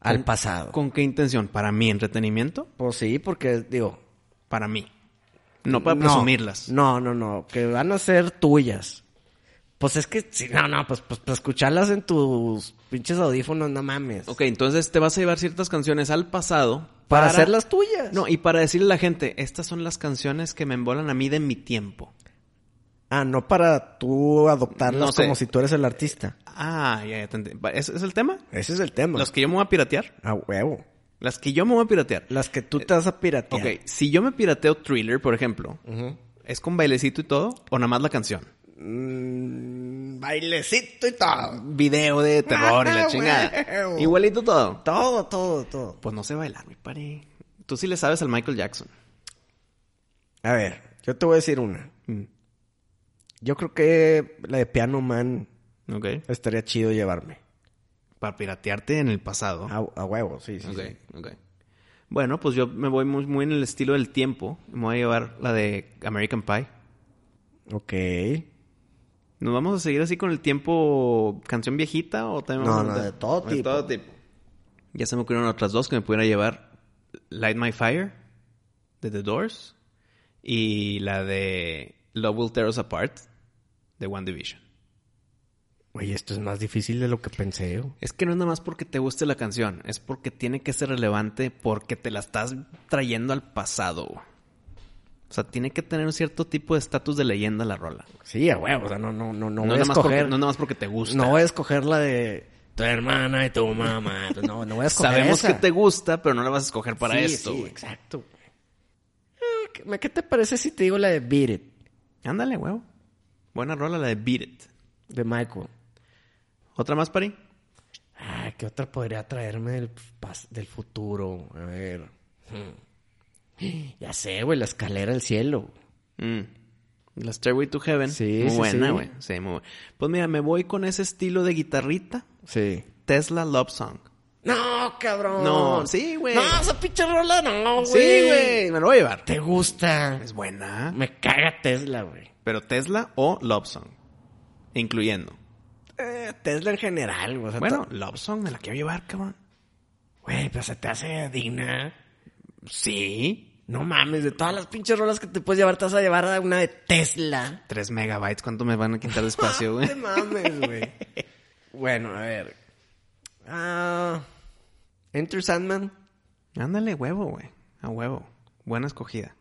al
Con-
pasado?
¿Con qué intención? ¿Para mi entretenimiento?
Pues sí, porque digo...
Para mí. No para presumirlas.
No, no, no, que van a ser tuyas. Pues es que, sí, no, no, pues, pues, pues escucharlas en tus pinches audífonos, no mames.
Ok, entonces te vas a llevar ciertas canciones al pasado.
Para, hacerlas tuyas.
No, y para decirle a la gente, estas son las canciones que me embolan a mí de mi tiempo.
Ah, no para tú adoptarlas
No sé.
como si tú eres el artista.
Ah, ya, ya te entendí. Va, ¿Ese es el tema?
Ese es el tema.
¿Las que yo me voy a piratear?
A huevo.
Las que yo me voy a piratear.
Las que tú te vas a piratear.
Ok, si yo me pirateo Thriller, por ejemplo,
Ujú.
¿es con bailecito y todo o nada más la canción?
Mm, bailecito y todo.
Video de terror y la <laughs>
Ah,
chingada.
huevo.
Igualito todo.
Todo, todo, todo.
Pues no sé bailar, mi pari. Tú sí le sabes al Michael Jackson.
A ver, yo te voy a decir una.
Mm.
Yo creo que la de Piano Man
Ok.
estaría chido llevarme.
Para piratearte en el pasado.
A, a huevo, sí, sí.
Ok,
sí.
ok. Bueno, pues yo me voy muy, muy en el estilo del tiempo. Me voy a llevar la de American Pie.
Ok.
¿Nos vamos a seguir así con el tiempo canción viejita o también
No,
vamos a
no,
meter-
de todo tipo.
Ya se me ocurrieron otras dos que me pudiera llevar. Light My Fire, de The Doors. Y la de Love Will Tear Us Apart, de One Division.
Oye, esto es más difícil de lo que pensé. yo.
Es que no es nada más porque te guste la canción, es porque tiene que ser relevante porque te la estás trayendo al pasado. güey. O sea, tiene que tener un cierto tipo de estatus de leyenda la rola.
Sí, a huevo. O sea, no, no, no, no,
No,
voy a
nada más porque,
escoger.
no nada más porque te gusta.
No voy a escoger la de tu hermana y tu mamá. No, no voy a escoger
Sabemos
esa.
que te gusta, pero no la vas a escoger para
Sí,
esto.
sí,
güey.
exacto. Eh, ¿qué- ¿Qué te parece si te digo la de Beat It,
Ándale, huevo. Buena rola la de Beat It.
de Michael?
¿Otra más, Pari?
Ah, ¿qué otra podría traerme del, pas- del futuro? A ver. Hmm. Ya sé, güey, la escalera al cielo.
Mm. La Stairway to Heaven.
Sí,
muy
sí,
buena,
sí.
güey. Sí, muy buena. Pues mira, me voy con ese estilo de guitarrita.
Sí.
Tesla Love Song.
No, cabrón.
No, sí, güey.
No, esa pinche rola no, güey.
Sí, güey. Me lo voy a llevar.
Te gusta.
Es buena.
Me caga Tesla, güey.
Pero Tesla o Love Song. Incluyendo.
Eh, Tesla en general, güey. o sea,
Bueno,
to-
Love Song me la quiero llevar, cabrón.
Güey, pero se te hace digna.
Sí.
No mames, de todas las pinches rolas que te puedes llevar, te vas a llevar a una de Tesla.
Tres megabytes. ¿Cuánto me van a quitar de
<laughs>
espacio,
No
güey?
te mames, güey. bueno, a ver. Ah, Enter Sandman.
Ándale, huevo, güey. A huevo. Buena escogida.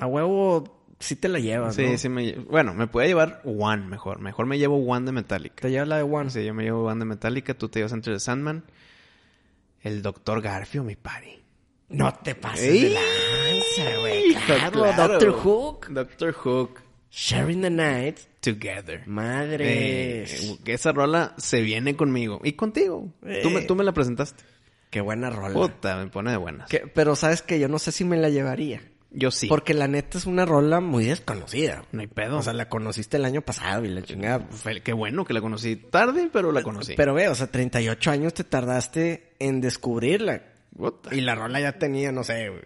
A huevo, sí te la llevas,
Sí,
Ah, ¿no?
sí me... lle- Bueno, me puede llevar One mejor. Mejor me llevo One de Metallica.
Te llevas la de One.
Sí, yo me llevo One de Metallica. Tú te llevas Enter the Sandman. El Doctor Garfio, mi pari.
No te pases de
¡Ey!
lanza, güey. Claro, Doctor Hook.
Doctor Hook.
Sharing the Night.
Together. Eh,
Madres. Uh,
que esa rola se viene conmigo. Y contigo. Tú, me,
Eh.
tú me la presentaste.
Qué buena rola.
Puta, me pone de buenas.
Que- pero sabes que yo no sé si me la llevaría.
Yo sí.
Porque la neta es una rola muy desconocida.
No hay pedo.
O sea, la conociste el año pasado y la chingada.
Fel- Qué bueno que la conocí tarde, pero la conocí.
Pero ve, o sea, 38 años te tardaste en descubrirla.
Puta.
Y la rola ya tenía, no sé, güey,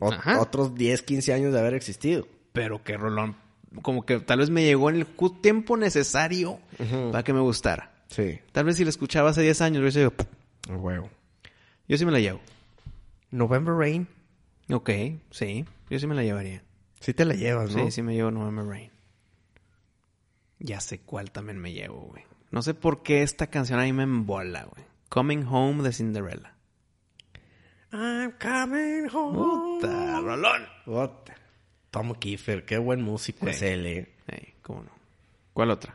ot-
Ajá.
otros 10, 15 años de haber existido.
Pero qué rolón. Como que tal vez me llegó en el ju- tiempo necesario para que me gustara.
Sí,
Tal vez si la escuchaba hace 10 años, hubiese dicho, "Puh".
a huevo.
yo sí me la llevo.
November Rain,
Ok, sí. Yo sí me la llevaría.
sí te la llevas, ¿no?
Sí, sí me llevo November Rain. Ya sé cuál también me llevo, güey. No sé por qué esta canción ahí me embola, güey. Coming Home de Cinderella.
I'm coming home.
Puta, rolón.
Puta. Tom Kiefer, qué buen músico
Sí.
es él, eh.
Ey, cómo no. ¿Cuál otra?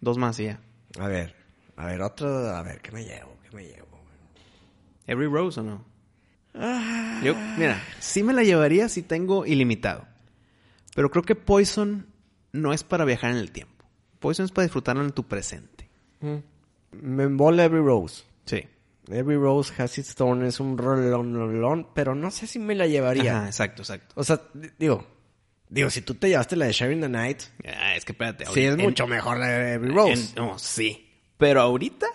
Dos más y ya.
A ver, a ver, otro, a ver, ¿qué me llevo? ¿Qué me llevo? güey?
¿Every Rose o no? Yo,
Ah.
mira, sí me la llevaría si tengo ilimitado. Pero creo que Poison no es para viajar en el tiempo. Poison es para disfrutarlo en tu presente.
Me embola Every Rose.
Sí.
Every Rose Has Its Thorn es un rolón, rolón, pero no sé si me la llevaría.
Ajá, exacto, exacto.
O sea, di- digo, digo, si tú te llevaste la de Sharing the Night,
Ah, es que espérate.
sí
ahorita-
es
en-
mucho mejor la de Every Rose.
en- no, sí. Pero ahorita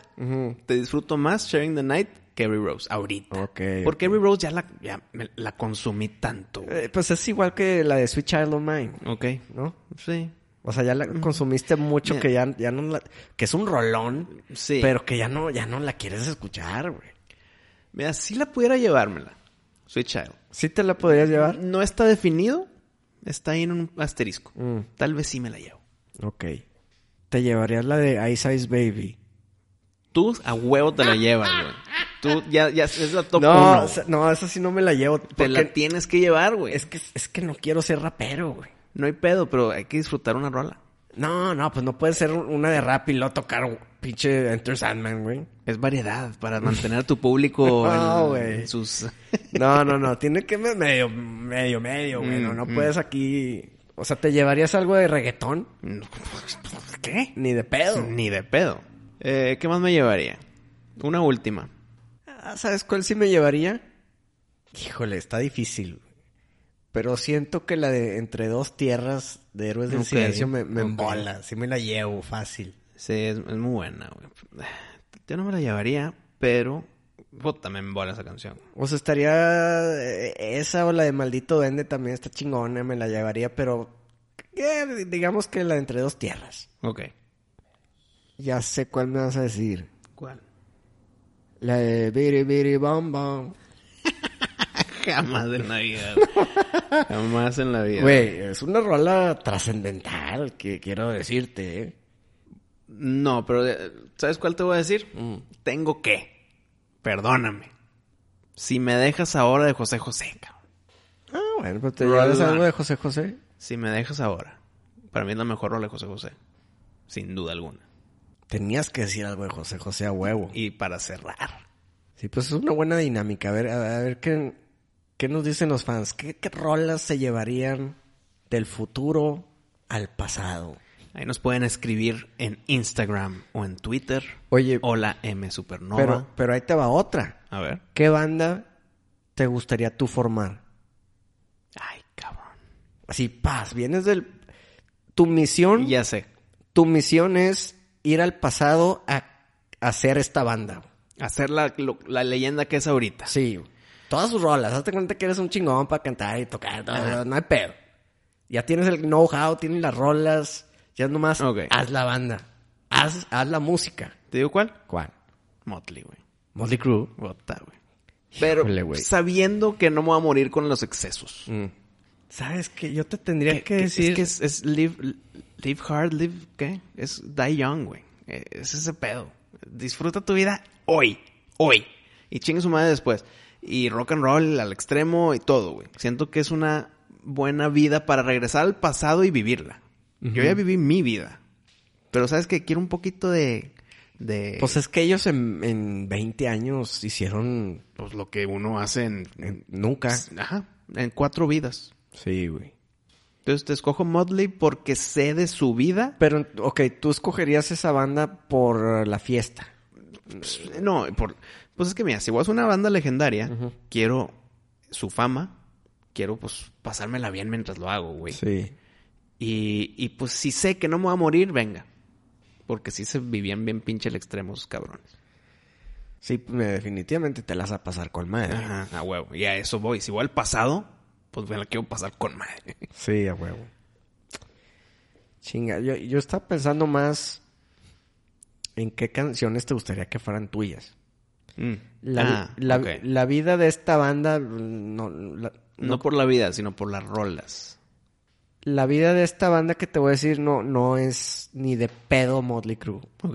te disfruto más Sharing the Night que Every Rose. Ahorita.
Ok,
Porque Every Rose ya la, ya me- la consumí tanto. güey.
Eh, pues es igual que la de Sweet Child of Mine,
Ok.
¿no?
Sí.
O sea, ya la consumiste mucho
Yeah.
que ya, ya no la... Que es un rolón,
Sí.
pero que ya no, ya no la quieres escuchar, güey.
Mira, si la pudiera llevármela. Sweet Child.
¿Sí te la podrías llevar?
No está definido. Está ahí en un asterisco.
Mm.
Tal vez sí me la llevo.
Ok. Te llevarías la de Ice Ice Baby.
Tú a huevo te la llevas, güey. Tú ya, ya es la top
No,
uno.
o sea, no, esa sí no me la llevo.
te
porque
la tienes que llevar, güey.
es, que, es que no quiero ser rapero, güey.
No hay pedo, pero hay que disfrutar una rola.
No, no, pues no puede ser una de rap y luego tocar un pinche Enter Sandman, güey.
Es variedad para mantener a tu público
<laughs> No,
en,
güey.
en sus...
No, no, no, tiene que me- medio, medio, medio, güey. No,
Mm,
no puedes aquí... O sea, ¿te llevarías algo de reggaetón?
¿Qué?
<laughs> Ni de pedo.
Ni de pedo. Eh, ¿Qué más me llevaría? Una última.
Ah, ¿Sabes cuál sí me llevaría? Híjole, está difícil. güey. Pero siento que la de Entre Dos Tierras de Héroes del
Ok,
Silencio me, me
ok.
embola. Sí me la llevo fácil.
Sí, es, es muy buena, güey. Yo no me la llevaría, pero... Puta, me embola esa canción.
O sea, estaría eh, esa o la de Maldito Duende también está chingona, me la llevaría, pero eh, digamos que la de Entre Dos Tierras.
Ok.
Ya sé cuál me vas a decir.
¿Cuál?
La de Biri Biri Bam Bam.
Jamás en la vida.
<laughs>
güey. Jamás en la vida.
Güey, es una rola trascendental que quiero decirte, ¿eh?
No, pero eh, ¿sabes cuál te voy a decir?
Mm.
Tengo que. Perdóname. Si me dejas ahora de José José, cabrón.
Ah, bueno, pero te
Rola.
llevas algo de José José.
Si me dejas ahora. Para mí es la mejor rola de José José. Sin duda alguna.
Tenías que decir algo de José José a huevo.
Y para cerrar.
Sí, pues es una buena dinámica. A ver, a, a ver qué, qué nos dicen los fans. ¿Qué, qué rolas se llevarían del futuro al pasado?
Ahí nos pueden escribir en Instagram o en Twitter.
Oye,
Hola M Supernova.
pero, pero ahí te va otra.
A ver.
¿Qué banda te gustaría tú formar?
Ay, cabrón.
Así, paz, vienes del... Tu misión,
Ya sé.
tu misión es ir al pasado a, hacer esta banda.
Hacer la, lo- la leyenda que es ahorita.
Sí. güey. Todas sus rolas. Hazte cuenta que eres un chingón para cantar y tocar. todo, no hay pedo. Ya tienes el know-how, tienes las rolas. Ya nomás
Ok.
haz la banda. Haz, haz la música.
¿Te digo cuál?
¿Cuál?
Motley, güey.
Motley Crue.
Bota, güey. Pero
Híjole, güey.
sabiendo que no me voy a morir con los excesos.
¿Sabes qué? Yo te tendría que,
Eh, Que- que-
decir...
Es que es, es live, live hard, live, ¿qué? Es die young, güey. Eh, Es ese pedo. Disfruta tu vida hoy, hoy. Y chingue su madre después. Y rock and roll al extremo y todo, güey. Siento que es una buena vida para regresar al pasado y vivirla. Yo ya viví mi vida. Pero sabes que quiero un poquito de... de
Pues es que ellos en, en 20 años hicieron...
pues lo que uno hace en... en-
Nunca.
ajá, en cuatro vidas.
Sí, güey.
Entonces te escojo Motley porque sé de su vida
Pero, ok, tú escogerías esa banda por la fiesta.
Pues, No, por, pues es que mira, si voy a hacer una banda legendaria, quiero su fama, quiero pues pasármela bien mientras lo hago, güey.
Sí.
Y, y, pues si sé que no me voy a morir, venga. Porque sí se vivían bien pinche el extremo esos cabrones.
Sí, pues, me- definitivamente te la vas a pasar con madre.
Ajá, a huevo. Y a eso voy. Si voy al pasado, pues me la quiero pasar con madre.
Sí, a huevo. Chinga, yo, yo estaba pensando más en qué canciones te gustaría que fueran tuyas.
Mm.
La,
Ah,
la-
ok.
la vida de esta banda, no, la,
No por la vida, sino por las rolas.
la vida de esta banda que te voy a decir no, no es ni de pedo Motley Crue.
Ok.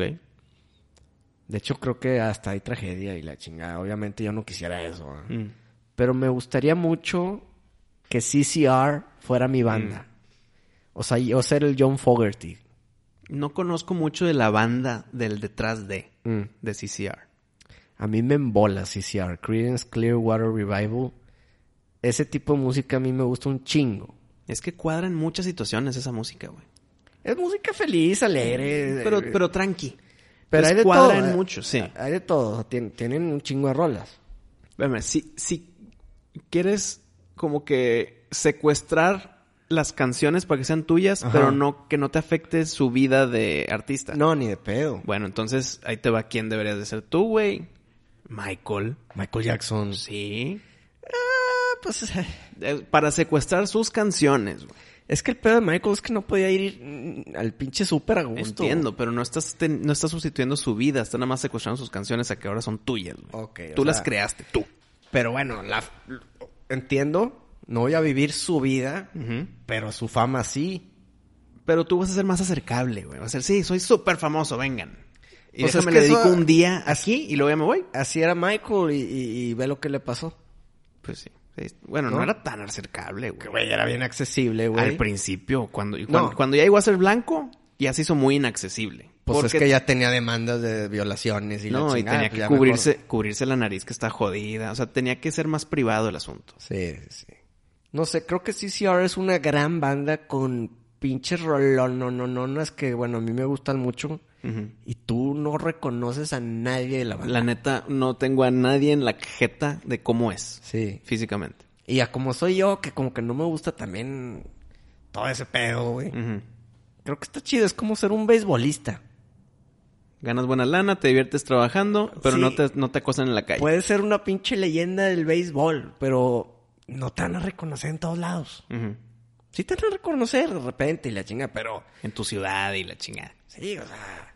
De hecho, creo que hasta hay tragedia y la chingada. Obviamente yo no quisiera eso. ¿eh?
Mm.
Pero me gustaría mucho que CCR fuera mi banda. O sea, yo ser el John Fogerty.
No conozco mucho de la banda del detrás de, de CCR.
A mí me embola CCR, Creedence Clearwater Revival. Ese tipo de música a mí me gusta un chingo.
Es que cuadran muchas situaciones esa música, güey.
Es música feliz, alegre.
Pero,
eh,
pero tranqui.
pero hay de todo.
cuadran
eh.
mucho, sí.
Hay de todo. o sea, tien- tienen un chingo de rolas.
Veme, si, si quieres como que secuestrar las canciones para que sean tuyas,
Ajá.
pero no que no te afecte su vida de artista.
No, ni de pedo.
Bueno, entonces ahí te va quién deberías de ser tú, güey. Michael.
Michael Jackson.
Sí.
Ah, pues eh,
Eh, Para secuestrar sus canciones, güey.
es que el pedo de Michael es que no podía ir mm, al pinche súper a gusto.
Entiendo, pero no estás, ten- no estás sustituyendo su vida, estás nada más secuestrando sus canciones a que ahora son tuyas, güey.
Ok, o
Tú las
sea-
creaste, tú.
Pero bueno, la, entiendo. No voy a vivir su vida,
Ujú.
pero su fama sí.
Pero tú vas a ser más acercable, güey. Vas a ser, sí, soy súper famoso, vengan. Y
Pues es
déjame
que
le dedico
eso-
un día aquí y luego ya me voy.
Así era Michael y, y- y ve lo que le pasó.
Pues sí. sí. Bueno, no,
¿No?
era tan acercable, güey.
Que, güey, era bien accesible, güey.
Al principio, cuando, y cuando,
No.
cuando ya llegó a ser blanco, ya se hizo muy inaccesible.
Pues
Porque-
es que ya tenía demandas de violaciones y la
No, y
chingada,
tenía
pues
que
ya
cubrirse,
mejor.
cubrirse la nariz que está jodida. O sea, tenía que ser más privado el asunto.
Sí, sí, sí. No sé, creo que CCR es una gran banda con pinches rolón, no, no, no, no, es que, bueno, a mí me gustan mucho. Y tú no reconoces a nadie de la banda.
La neta, no tengo a nadie en la cajeta de cómo es
Sí.
físicamente.
Y a como soy yo, que como que no me gusta también todo ese pedo, güey.
Ujú.
Creo que está chido, es como ser un beisbolista.
Ganas buena lana, te diviertes trabajando, pero
Sí.
no, te, no te acosan en la calle.
Puedes ser una pinche leyenda del béisbol, pero no te van a reconocer en todos lados.
Ujú.
Sí te van a reconocer de repente y la chinga, pero
en tu ciudad y la chingada.
sí, o sea.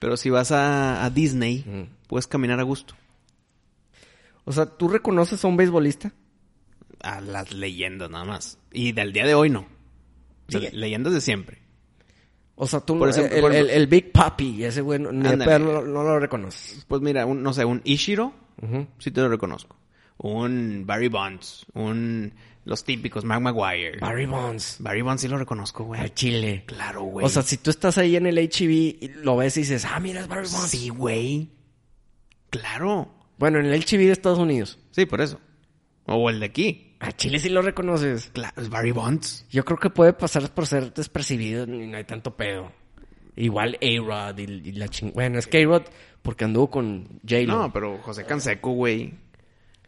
Pero si vas a, a Disney,
Mm.
puedes caminar a gusto.
O sea, ¿tú reconoces a un beisbolista?
A las leyendas nada más. Y del día de hoy no. O sea,
Sí.
leyendas de siempre.
O sea, tú
Por ejemplo,
el,
por-
el- el Big Papi, ese güey, no, ni de
Ándale.
pedo no, no lo reconoces.
Pues mira, un- no sé, un Ishiro, sí te lo reconozco. Un Barry Bonds, un... Los típicos, Mark Maguire.
Barry Bonds,
Barry Bonds sí lo reconozco, güey.
al Chile.
Claro, güey.
O sea, si tú estás ahí en el HB y lo ves y dices, ah, mira, es Barry Bonds.
sí, güey. Claro.
Bueno, en el HB de Estados Unidos.
Sí, por eso. O el de aquí.
A Chile sí lo reconoces.
Claro, es Barry Bonds.
Yo creo que puede pasar por ser despercibido y no hay tanto pedo. Igual A-Rod y, y la chingada. Bueno, es que A-Rod porque anduvo con J-Lo.
No, pero José Canseco, güey.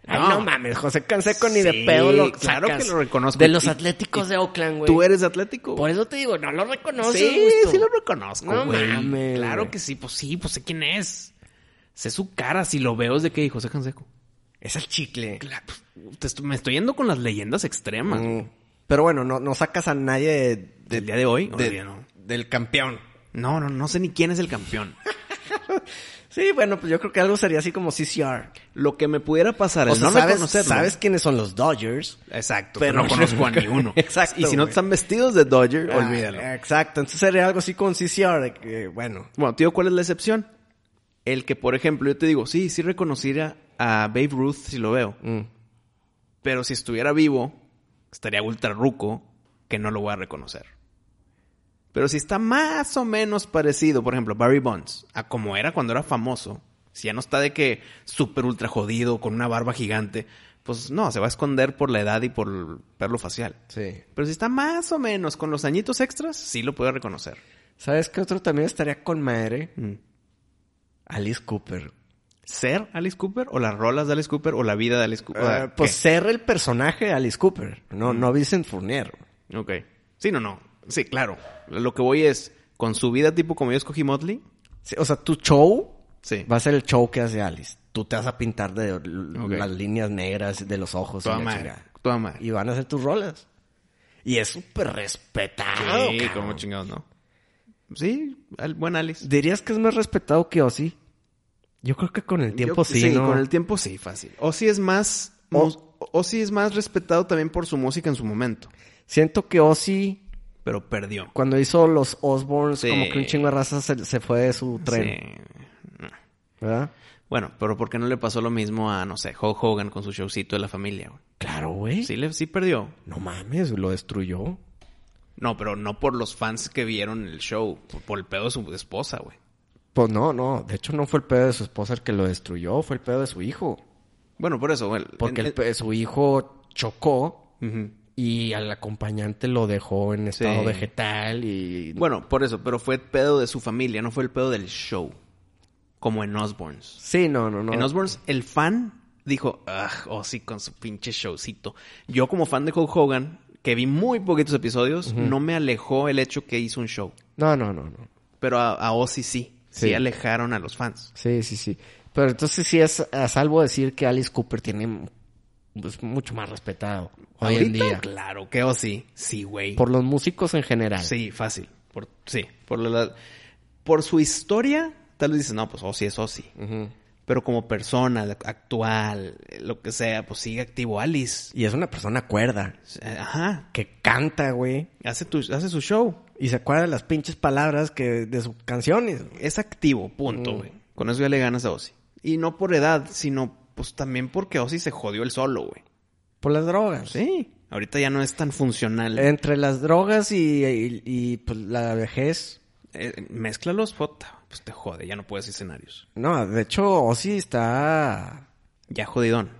Ay,
no.
no. mames, José Canseco ni
Sí,
de pedo lo
claro
sacas
que lo reconozco.
De los
Y-
Atléticos de Oakland, güey.
Tú eres atlético.
Por eso te digo, no lo reconoces.
Sí,
güey, tú.
sí lo reconozco,
No
güey.
mames,
claro
güey.
que sí, pues sí, pues sé quién es. Sé su cara, si lo veo es de que José Canseco.
Es el chicle.
Claro, pues, te estoy- me estoy yendo con las leyendas extremas.
Mm. Pero bueno, no, no sacas a nadie de-
¿Del día de hoy?
de-
Oye, no.
del campeón.
No, no, no sé ni quién es el campeón.
Sí, bueno, pues yo creo que algo sería así como CCR.
<laughs> Lo que me pudiera pasar es
O sea,
no
sabes,
reconocerlo.
sabes quiénes son los Dodgers.
Exacto,
Pero-
pero no conozco a <laughs> ninguno.
Exacto,
Y si no
güey.
están vestidos de Dodger,
Ah,
olvídalo.
Exacto, entonces sería algo así con CCR. de que, bueno,
Bueno, tío, ¿cuál es la excepción? El que, por ejemplo, yo te digo, sí, sí reconociera a Babe Ruth si lo veo.
mm,
Pero si estuviera vivo, estaría ultra ruco, que no lo voy a reconocer. Pero si está más o menos parecido, por ejemplo, Barry Bonds, a como era cuando era famoso, si ya no está de que súper ultra jodido, con una barba gigante, pues no, se va a esconder por la edad y por el perlo facial.
sí.
Pero si está más o menos con los añitos extras, sí lo puedo reconocer.
¿Sabes qué otro también estaría con madre?
Mm.
Alice Cooper.
¿Ser Alice Cooper? ¿O las rolas de Alice Cooper? ¿O la vida de Alice Cooper? O sea,
Eh, pues
¿qué?
ser el personaje de Alice Cooper,
Mm.
no, no Vincent Fournier.
Ok. Sí, no, no. Sí, claro. Lo que voy es, con su vida tipo como yo escogí Motley,
Sí, o sea, tu show
sí.
va a ser el show que hace Alice. Tú te vas a pintar de l-
Ok.
las líneas negras de los ojos.
Toda
y, la
madre.
chingada.
Toda madre.
y van a hacer tus rolas. Y es súper respetado.
Sí,
cabrón.
como chingados, ¿no? Sí, al- buen Alice.
¿Dirías que es más respetado que Ozzy? Yo creo que con el tiempo
Yo-
sí, ¿no?
con el tiempo sí, fácil. O sí es más...
O-
mus- O sí es más respetado también por su música en su momento.
Siento que Ozzy,
Pero perdió.
cuando hizo los Osbournes,
Sí.
como que un chingo de raza se, se fue de su tren.
Sí.
¿Verdad?
Bueno, pero ¿por qué no le pasó lo mismo a, no sé, Hulk Hogan con su showcito de la familia? güey?
Claro, güey.
Sí, le, sí perdió.
No mames, lo destruyó.
No, pero no por los fans que vieron el show, por, por el pedo de su esposa, güey.
Pues no, no. De hecho, no fue el pedo de su esposa el que lo destruyó, fue el pedo de su hijo.
Bueno, por eso, güey.
Porque
en-
el pe- su hijo chocó
Ujú.
y al acompañante lo dejó en
Sí.
estado vegetal y...
Bueno, por eso, pero fue el pedo de su familia, no fue el pedo del show. Como en Osborns.
Sí, no, no, no.
En Osborns, el fan dijo, ah, oh sí, con su pinche showcito. Yo, como fan de Hulk Hogan, que vi muy poquitos episodios, no me alejó el hecho que hizo un show.
No, no, no, no.
Pero a, a Ozzy sí. Sí,
Sí.
alejaron a los fans.
Sí, sí, sí. Pero entonces sí es a salvo decir que Alice Cooper tiene pues, mucho más respetado hoy en
Ahorita,
día.
Claro que Ozzy. Sí, güey.
Por los músicos en general.
Sí, fácil. Por, sí, por, la- por su historia, tal vez dices, no, pues Ozzy es Ozzy.
Ujú.
Pero como persona la- actual, eh, lo que sea, pues sigue activo Alice.
Y es una persona cuerda.
Eh, Ajá.
Que canta, güey.
Hace, tu- hace su show.
Y se acuerda de las pinches palabras que de sus canciones. güey.
Es activo, punto, güey. Con eso ya le ganas a Ozzy. Y no por edad, sino pues también porque Ozzy se jodió él solo, güey.
Por las drogas.
Sí. Ahorita ya no es tan funcional.
Entre las drogas y, y- y, pues, la vejez.
Eh, mézclalos, jota. Pues te jode, ya no puedes hacer escenarios.
No, de hecho, Ozzy está...
Ya jodidón.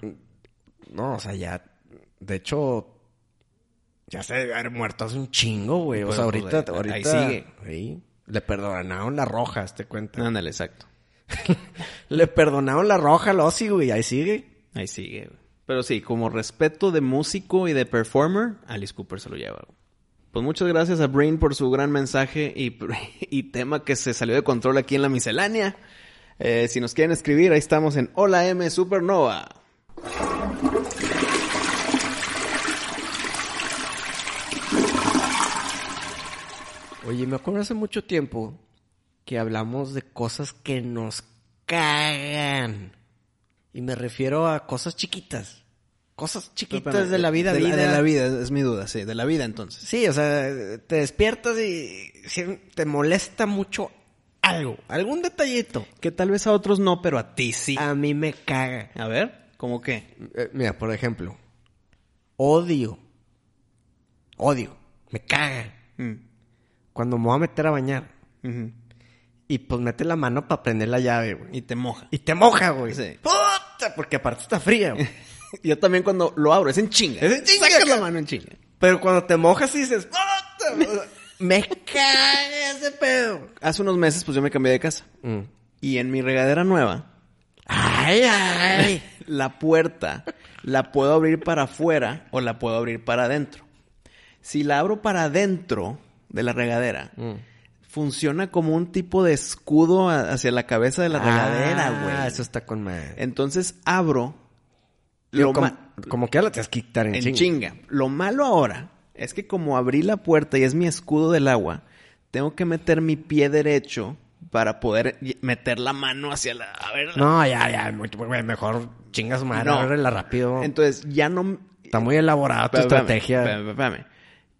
No, o sea, ya... De hecho... Ya se debe haber muerto hace un chingo, güey. O
Pero,
sea,
pues,
ahorita...
ahí- ahí
ahorita
sigue.
Sí. Le perdonaron la roja, te cuenta.
Ándale, exacto.
Le perdonaron la roja al Ozzy, güey. Ahí sigue.
Ahí sigue, güey. Pero sí, como respeto de músico y de performer, Alice Cooper se lo lleva. güey. Pues muchas gracias a Brain por su gran mensaje y, <laughs> y tema que se salió de control aquí en la miscelánea. Eh, si nos quieren escribir, ahí estamos en Hola M Supernova.
Oye, me acuerdo hace mucho tiempo que hablamos de cosas que nos cagan. Y me refiero a cosas chiquitas. Cosas chiquitas de la vida,
de,
vida.
la vida, es mi duda, sí, de la vida entonces.
Sí, o sea, te despiertas y si- te molesta mucho algo, algún detallito.
Que tal vez a otros no, pero a ti sí.
A mí me caga.
A ver, Ah. ¿cómo qué?
Eh, mira, por ejemplo, odio, odio, me caga
Mm,
cuando me voy a meter a bañar
ujú.
y pues mete la mano para prender la llave, güey.
Y te moja.
Y te moja, güey.
Sí.
¡Puta! Porque aparte está fría, güey.
Yo también cuando lo abro, es en chinga.
Es en chinga,
Sacas la
cabrón.
mano en chinga.
Pero cuando te mojas y dices, ¡Puta! O sea, Me caga ese pedo.
Hace unos meses pues yo me cambié de casa. Y en mi regadera nueva,
Ay, ay.
la puerta la puedo abrir para afuera o la puedo abrir para adentro. Si la abro para adentro de la regadera, funciona como un tipo de escudo a- hacia la cabeza de la regadera, güey.
Ah, eso está con madre.
Entonces abro.
Pero
lo
com-
ma-
como que ya la tienes que quitar en,
en
chinga.
chinga. Lo malo ahora es que como abrí la puerta y es mi escudo del agua, tengo que meter mi pie derecho para poder y- meter la mano hacia la... A ver, la-
No, ya, ya, muy- güey, mejor chinga su madre,
No.
ábrela rápido.
Entonces ya no...
está muy elaborada tu
Espérame,
estrategia.
espérame, espérame.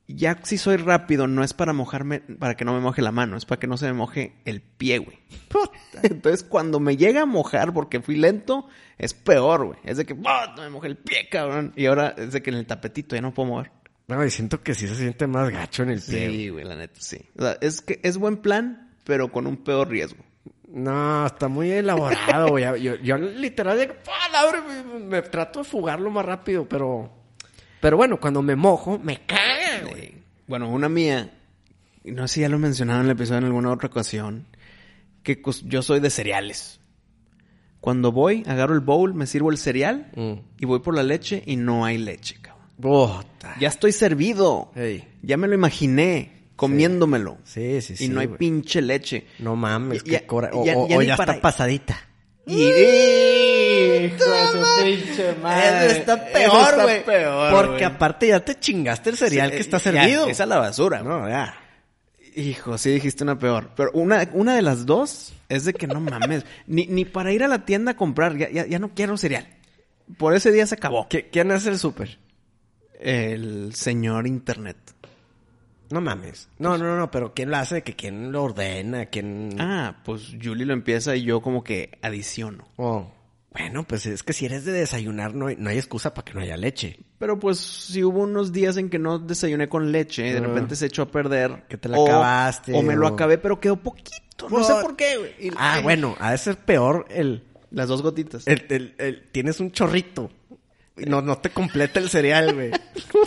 Ya si soy rápido, no es para mojarme, para que no me moje la mano, es para que no se me moje el pie, güey. <laughs> Entonces, cuando me llega a mojar porque fui lento, es peor, güey. Es de que, ¡ah! me mojé el pie, cabrón. Y ahora es de que en el tapetito ya no puedo mover.
No, y siento que sí se siente más gacho en el pie. güey.
Sí, güey, la neta, sí. O sea, es que es buen plan, pero con un peor riesgo.
No, está muy elaborado, güey. Yo, yo literal, de- ¡Ah, la madre! me, me trato de fugarlo más rápido, pero... Pero bueno, cuando me mojo, me caga, güey.
Eh, Bueno, una mía, y no sé si ya lo mencionaron en el episodio en alguna otra ocasión, que cos- yo soy de cereales. Cuando voy, agarro el bowl, me sirvo el cereal
Mm.
y voy por la leche y no hay leche, cabrón.
Bota.
Ya estoy servido.
Ey.
Ya me lo imaginé comiéndomelo.
Eh. Sí, sí, sí.
y no hay
güey.
pinche leche.
No mames,
Ya-
qué cora... O o- o
ya-
ya,
ya ni para-
está pasadita.
Y...
Eso está peor, güey. Porque aparte ya te chingaste el cereal que está servido.
eh, Esa es la basura. güey.
No, ya.
Hijo, sí dijiste una peor. Pero una, una de las dos es de que no mames. ni, ni para ir a la tienda a comprar, ya, ya, ya no quiero cereal. Por ese día se acabó.
¿Qui- ¿Quién hace el súper?
El señor internet.
No mames. No, no, no, pero ¿quién lo hace? ¿Que ¿Quién lo ordena? ¿Quién...?
Ah, pues Julie lo empieza y yo como que adiciono.
Oh. Bueno, pues es que si eres de desayunar, no hay, no hay excusa para que no haya leche.
Pero pues si hubo unos días en que no desayuné con leche, de
Ah.
repente se echó a perder.
Que te la acabaste,
O me lo
o-
acabé, pero quedó poquito. No sé
Por-
por qué, güey. Y-
Ah,
y-
bueno, ha de ser peor el...
Las dos gotitas.
el, el- el- tienes un chorrito. Y No, no te completa el cereal, güey.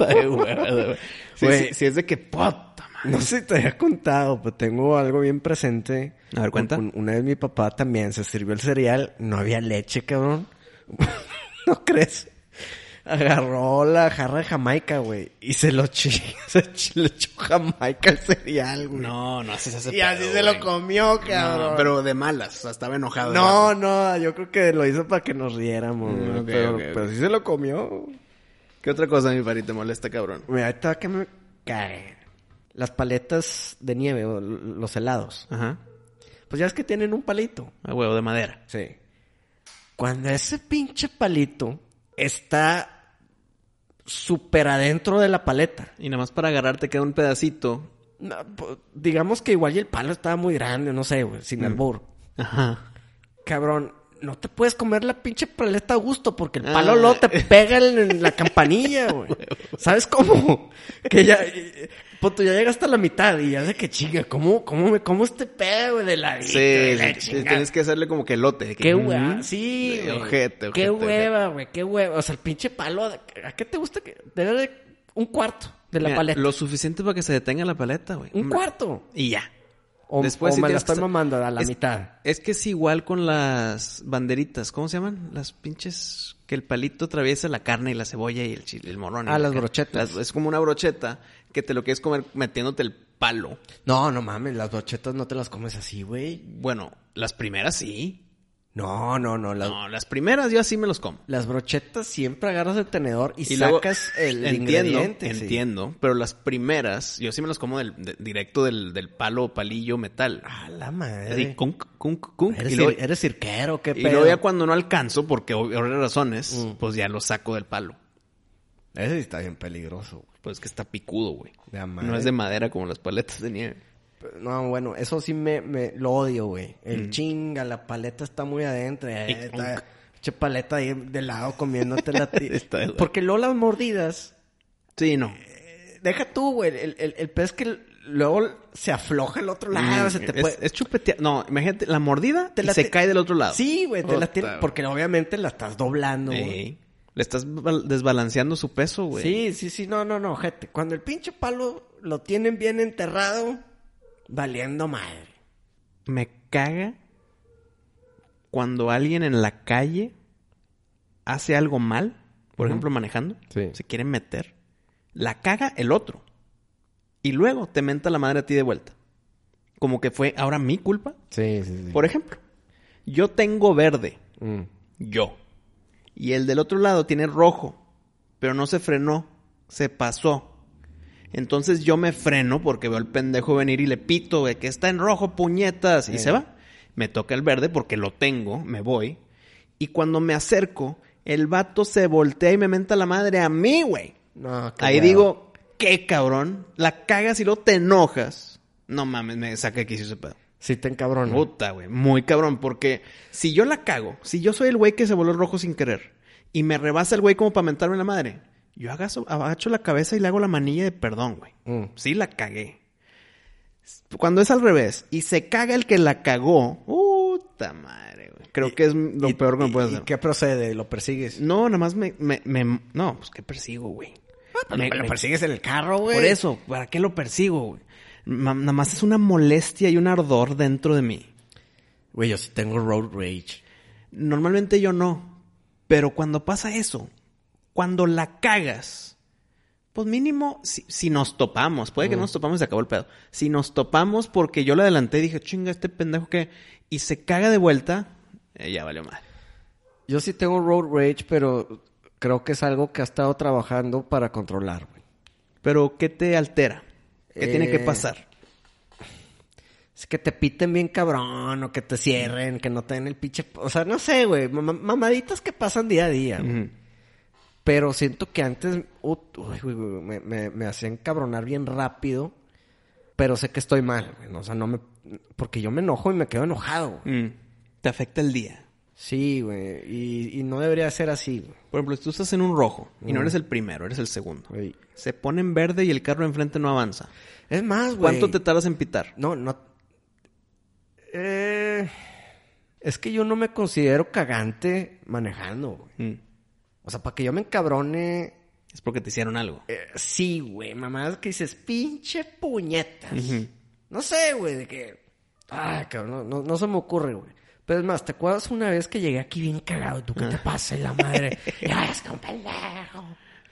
Ay, güey, güey, güey. Sí,
Güey.
sí, sí, es de que puta madre.
No sé si te había contado, pero tengo algo bien presente.
A ver, cuenta.
Un- una vez mi papá también se sirvió el cereal, no había leche, cabrón. <laughs> ¿No crees? Agarró la jarra de Jamaica, güey, y se lo chi <laughs> se ch- le echó Jamaica al cereal, güey.
No, no, así se hace
y así
pedo,
se
güey.
lo comió,
No,
cabrón.
pero de malas, o sea, estaba enojado.
No, no, yo creo que lo hizo para que nos riéramos,
Mm,
güey,
ok,
pero,
ok, ok.
pero sí se lo comió.
¿Qué otra cosa, mi pari, te molesta, cabrón?
Mira, ahorita que me cae. Las paletas de nieve, o l- los helados.
Ajá.
Pues ya es que tienen un palito.
A huevo de madera.
Sí. Cuando ese pinche palito está súper adentro de la paleta.
Y nada más para agarrarte queda un pedacito.
No, po- digamos que igual y el palo estaba muy grande, no sé, güey,
Mm.
sin albur.
Ajá.
Cabrón, no te puedes comer la pinche paleta a gusto porque el
Ah.
palo luego
<laughs>
te pega en, en la campanilla, güey. ¿Sabes cómo? Que ya, eh, pues tú ya llegas hasta la mitad y ya sé que chinga, ¿cómo, cómo me como este pedo, güey, de la
Sí,
de la
sí,
chingada?
tienes que hacerle como que lote. de que,
Qué hueva,
mm,
sí,
de
güey.
Ojete, ojete.
Qué
ojete.
hueva, güey, qué hueva. O sea, el pinche palo, ¿a qué te gusta? que- Debe de un cuarto de la
Mira,
paleta.
Lo suficiente para que se detenga la paleta, güey.
Un
Mm.
cuarto.
Y ya.
O,
Después
o
sí
me la
tienes que
estoy
sa-
mamando a la
es-
mitad.
Es que es igual con las banderitas. ¿Cómo se llaman? Las pinches que el palito atraviesa la carne y la cebolla y el chile, el morrón. y
Ah,
la
las
carne.
brochetas.
Las- es como una brocheta que te lo quieres comer metiéndote el palo.
No, no mames, las brochetas no te las comes así, güey.
Bueno, las primeras sí.
No, no, no. Las,
No, las primeras yo así me los como.
las brochetas siempre agarras el tenedor y,
Y luego-
sacas el
entiendo,
ingrediente. sí.
entiendo, pero las primeras yo sí me los como del, de- directo del, del palo o palillo metal.
A la
Así,
madre.
cunk, cunk, cunk.
Ah, eh. Eres,
Y luego,
cir- eres cirquero, qué
y
pedo.
luego ya cuando no alcanzo, porque ob- obvias razones,
Mm.
pues ya lo saco del palo.
Ese sí está bien peligroso, güey.
Pues que está picudo, güey.
De a madre.
No es de madera como las paletas de nieve.
No, bueno, eso sí me, me- lo odio, güey. El chinga, la paleta está muy adentro. eh,
Mm. Y-
está- Che paleta ahí de lado comiéndote la ti-
<laughs> Está de lado.
Porque luego las mordidas,
Sí, no.
eh, deja tú, güey. El, el, el pez que luego se afloja el otro lado,
Mm,
se te
es,
puede...
es chupetea- No, imagínate, la mordida
Te
y
la
se
ti-
cae del otro lado.
Sí, güey, te la
Puta,
tienes...
güey.
Porque obviamente la estás doblando, güey.
Ey. Le estás bal- desbalanceando su peso, güey.
Sí, sí, sí, no, no, no, gente. Cuando el pinche palo lo tienen bien enterrado, valiendo madre.
Me caga cuando alguien en la calle hace algo mal, por ejemplo, manejando,
Sí.
se quiere meter, la caga el otro. Y luego te menta la madre a ti de vuelta. como que fue ahora mi culpa.
Sí, sí, sí.
Por ejemplo, yo tengo verde,
Mm.
yo. Y el del otro lado tiene rojo, pero no se frenó, se pasó. Entonces yo me freno porque veo al pendejo venir y le pito de que está en rojo, puñetas, y
Sí.
se va. Me toca el verde porque lo tengo, me voy. Y cuando me acerco, el vato se voltea y me menta la madre a mí, güey.
No, qué
Ahí
hueva.
digo, qué cabrón, la cagas y luego te enojas. No mames, me saca aquí ese pedo.
Sí, te encabrona.
Puta, güey. Muy cabrón, porque si yo la cago, si yo soy el güey que se voló rojo sin querer y me rebasa el güey como para mentarme la madre, yo agacho, agacho la cabeza y le hago la manilla de perdón, güey.
Mm.
Sí la cagué. Cuando es al revés y se caga el que la cagó, puta madre, güey. Creo que es lo
¿Y-
peor que me
y-
puede
¿Y
hacer.
qué procede? ¿Lo persigues?
No, nada más me, me, me- No, pues que persigo, güey. Me-
Ah, pues, ¿Lo
me-
persigues en el carro, güey?
por eso, ¿para qué lo persigo, güey? Ma- Nada más es una molestia y un ardor dentro de mí.
Güey, yo sí tengo road rage.
Normalmente yo no. Pero cuando pasa eso, cuando la cagas, pues mínimo, si, si nos topamos, puede que no nos topamos y se acabó el pedo. Si nos topamos porque yo le adelanté y dije, chinga, este pendejo que. Y se caga de vuelta, eh, ya valió mal.
Yo sí tengo road rage, pero creo que es algo que ha estado trabajando para controlar, güey.
Pero, ¿qué te altera? ¿Qué tiene que
Eh,
pasar?
Es que te piten bien cabrón, o que te cierren, que no te den el pinche... O sea, no sé, güey. Mam- mamaditas que pasan día a día, güey.
Ujú.
Pero siento que antes ut- uy, güey, güey, me, me, me hacían cabronar bien rápido, pero sé que estoy mal, güey. O sea, no me... Porque yo me enojo y me quedo enojado. güey.
Mm. Te afecta el día.
Sí, güey. Y, y no debería ser así, güey.
Por ejemplo, si tú estás en un rojo y no
Mm.
eres el primero, eres el segundo.
Güey.
Se pone en verde y el carro enfrente no avanza.
Es más, güey.
¿Cuánto te tardas en pitar?
No, no... Eh, Es que yo no me considero cagante manejando, güey.
Mm.
O sea, para que yo me encabrone...
Es porque te hicieron algo.
eh, sí, güey. Mamás que dices, pinche puñetas.
Ujú.
No sé, güey, de que. Ah, cabrón, no, no- no se me ocurre, güey. Pero es más, ¿te acuerdas una vez que llegué aquí bien cagado? ¿Tú qué te pasa, la <laughs> madre? ¡Ya, es que un pendejo!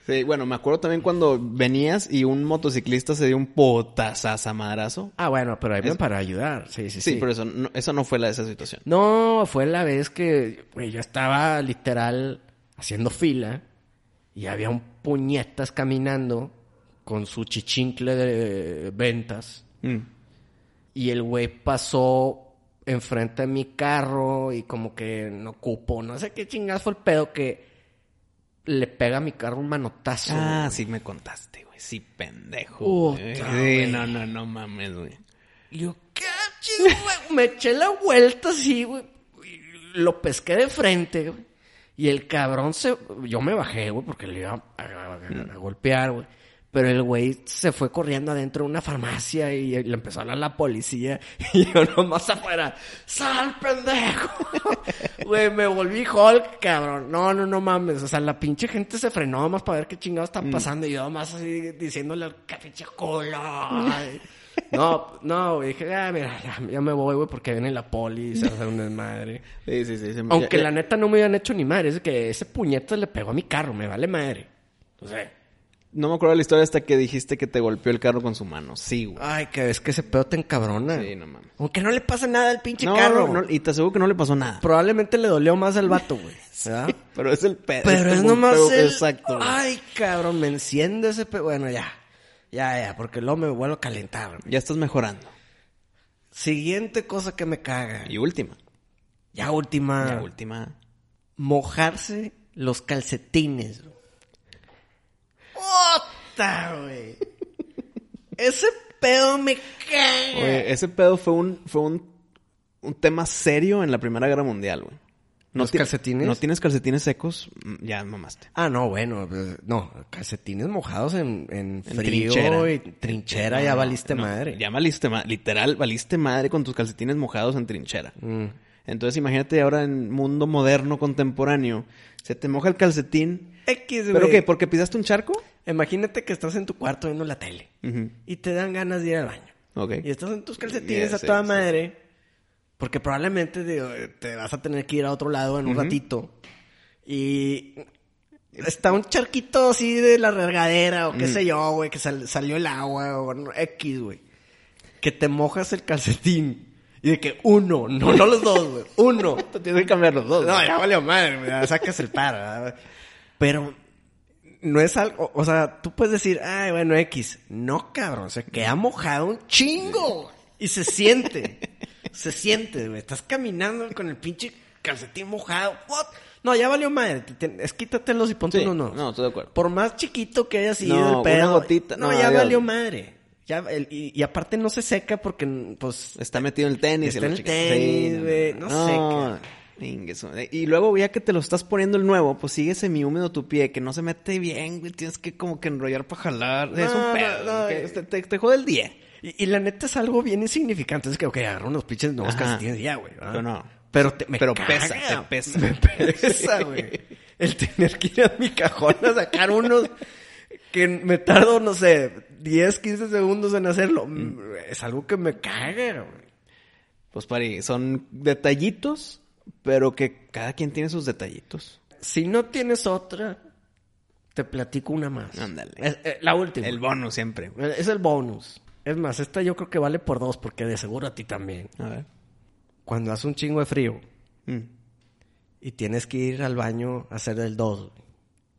Sí, bueno, me acuerdo también cuando venías y un motociclista se dio un potasazamadrazo.
Ah, bueno, pero ahí
Es-
ven para ayudar. Sí, sí,
Sí,
sí.
sí, pero eso no, eso no fue la de esa situación.
No, fue la vez que, güey, yo estaba literal haciendo fila y había un puñetas caminando con su chichincle de ventas. Y el güey pasó enfrente de mi carro y como que no cupo. No sé qué chingas fue el pedo que le pega a mi carro un manotazo.
Ah,
güey.
sí me contaste, güey. Sí, pendejo.
Puta,
güey.
güey.
sí, no, no, no mames, güey.
Y yo, ¿qué chido, güey? Me eché la vuelta así, güey. y Lo pesqué de frente, güey. Y el cabrón se... Yo me bajé, güey, porque le iba a, a- a- a golpear, güey. Pero el güey se fue corriendo adentro de una farmacia y le empezó a hablar la policía. <laughs> Y yo nomás afuera, ¡sal, pendejo! <laughs> Güey, me volví Hulk, cabrón. No, no, no mames. O sea, la pinche gente se frenó nomás para ver qué chingados está pasando. Y yo nomás así diciéndole al que pinche culo. Ay. No, no, güey. Dije, ah, mira, ya, ya me voy, güey, porque viene la poli y se va a hacer un <laughs> desmadre.
Sí, sí, sí. sí,
Aunque
ya-
la neta no me habían hecho ni madre. Es que ese puñetazo le pegó a mi carro, me vale madre. O sea,
No me acuerdo la historia hasta que dijiste que te golpeó el carro con su mano. Sí, güey.
ay, que es que ese pedo te encabrona.
Sí, no mames.
Aunque no le pasa nada al pinche
No,
carro.
no, no, y te aseguro que no le pasó nada.
Probablemente le dolió más al vato, <laughs> güey. ¿verdad?
Pero es el pedo.
Pero
este
es nomás
golpeo-
el...
Exacto. güey.
Ay, cabrón, me enciende ese... pe- Bueno, ya. Ya, ya, porque luego me vuelvo a calentar. güey.
Ya estás mejorando.
Siguiente cosa que me caga.
Y última.
Ya última.
La última.
Mojarse los calcetines. güey. ¡Ota, güey! ese pedo me caga.
Oye, ese pedo fue un, fue un, un tema serio en la Primera Guerra Mundial, güey.
¿Los
ti-
calcetines?
No tienes calcetines secos, mm, ya mamaste.
Ah, no, bueno, pues, no, calcetines mojados en,
En
en frío
trinchera.
y trinchera,
No,
ya
no,
valiste
no,
madre.
Ya valiste madre, literal, valiste madre con tus calcetines mojados en trinchera.
Mm.
Entonces imagínate ahora en mundo moderno, contemporáneo, se te moja el calcetín.
X, güey.
¿Pero qué? ¿Porque pisaste un charco?
Imagínate que estás en tu cuarto viendo la tele
Ujú.
y te dan ganas de ir al baño.
Ok.
Y estás en tus calcetines
Ya,
a
sí,
toda
sí.
madre. Porque probablemente digo, te vas a tener que ir a otro lado en un ratito. Y está un charquito
Mm.
así de la regadera o qué sé yo, güey, que sal- salió el agua o no, X, güey. que te mojas el calcetín. Y de que uno, no, no los dos, güey. Uno.
<laughs> Tú tienes que cambiar los dos.
No,
güey.
ya valió madre, güey, ya sacas el par. ¿verdad? Pero no es algo, o sea, tú puedes decir, ay, bueno, X. No, cabrón, se queda mojado un chingo. güey. Y se siente. se siente, güey. Estás caminando con el pinche calcetín mojado. What? No, ya valió madre. te- te- Es quítatelos y ponte
Sí,
uno, no.
no, estoy de acuerdo.
Por más chiquito que haya sido
No,
el
una
pedo.
gotita, no,
No, ya
adiós.
valió madre. Ya, el- y, y aparte no se seca porque, pues,
Está metido en el tenis.
Está
y la
en el
chica-
tenis, güey, no sé,
chingue su madre. Y luego ya que te lo estás poniendo el nuevo, pues sigue semi-húmedo tu pie, que no se mete bien, güey. Tienes que como que enrollar para jalar. es
No,
un
no,
pedo.
no,
que este
eh.
te, te, te jode el día.
Y, y la neta es algo bien insignificante. Es que, ok, agarro unos pinches nuevos
Ajá.
calcetines y ya, güey. ¿verdad?
Yo no.
Pero, te- me
Pero
caga.
pesa, te pesa.
Me
<laughs>
pesa, güey. El tener que ir a mi cajón a sacar unos que me tardo, no sé, 10, 15 segundos en hacerlo.
Mm.
Mm, Es algo que me caga, güey.
Pues, pari, son detallitos, pero que cada quien tiene sus detallitos.
Si no tienes otra, te platico una más.
Ándale.
Es- eh, la última.
El bono siempre, güey.
es el bonus. Es más, esta yo creo que vale por dos, porque de seguro a ti también.
A ver.
Cuando hace un chingo de frío,
Mm.
y tienes que ir al baño a hacer el 2.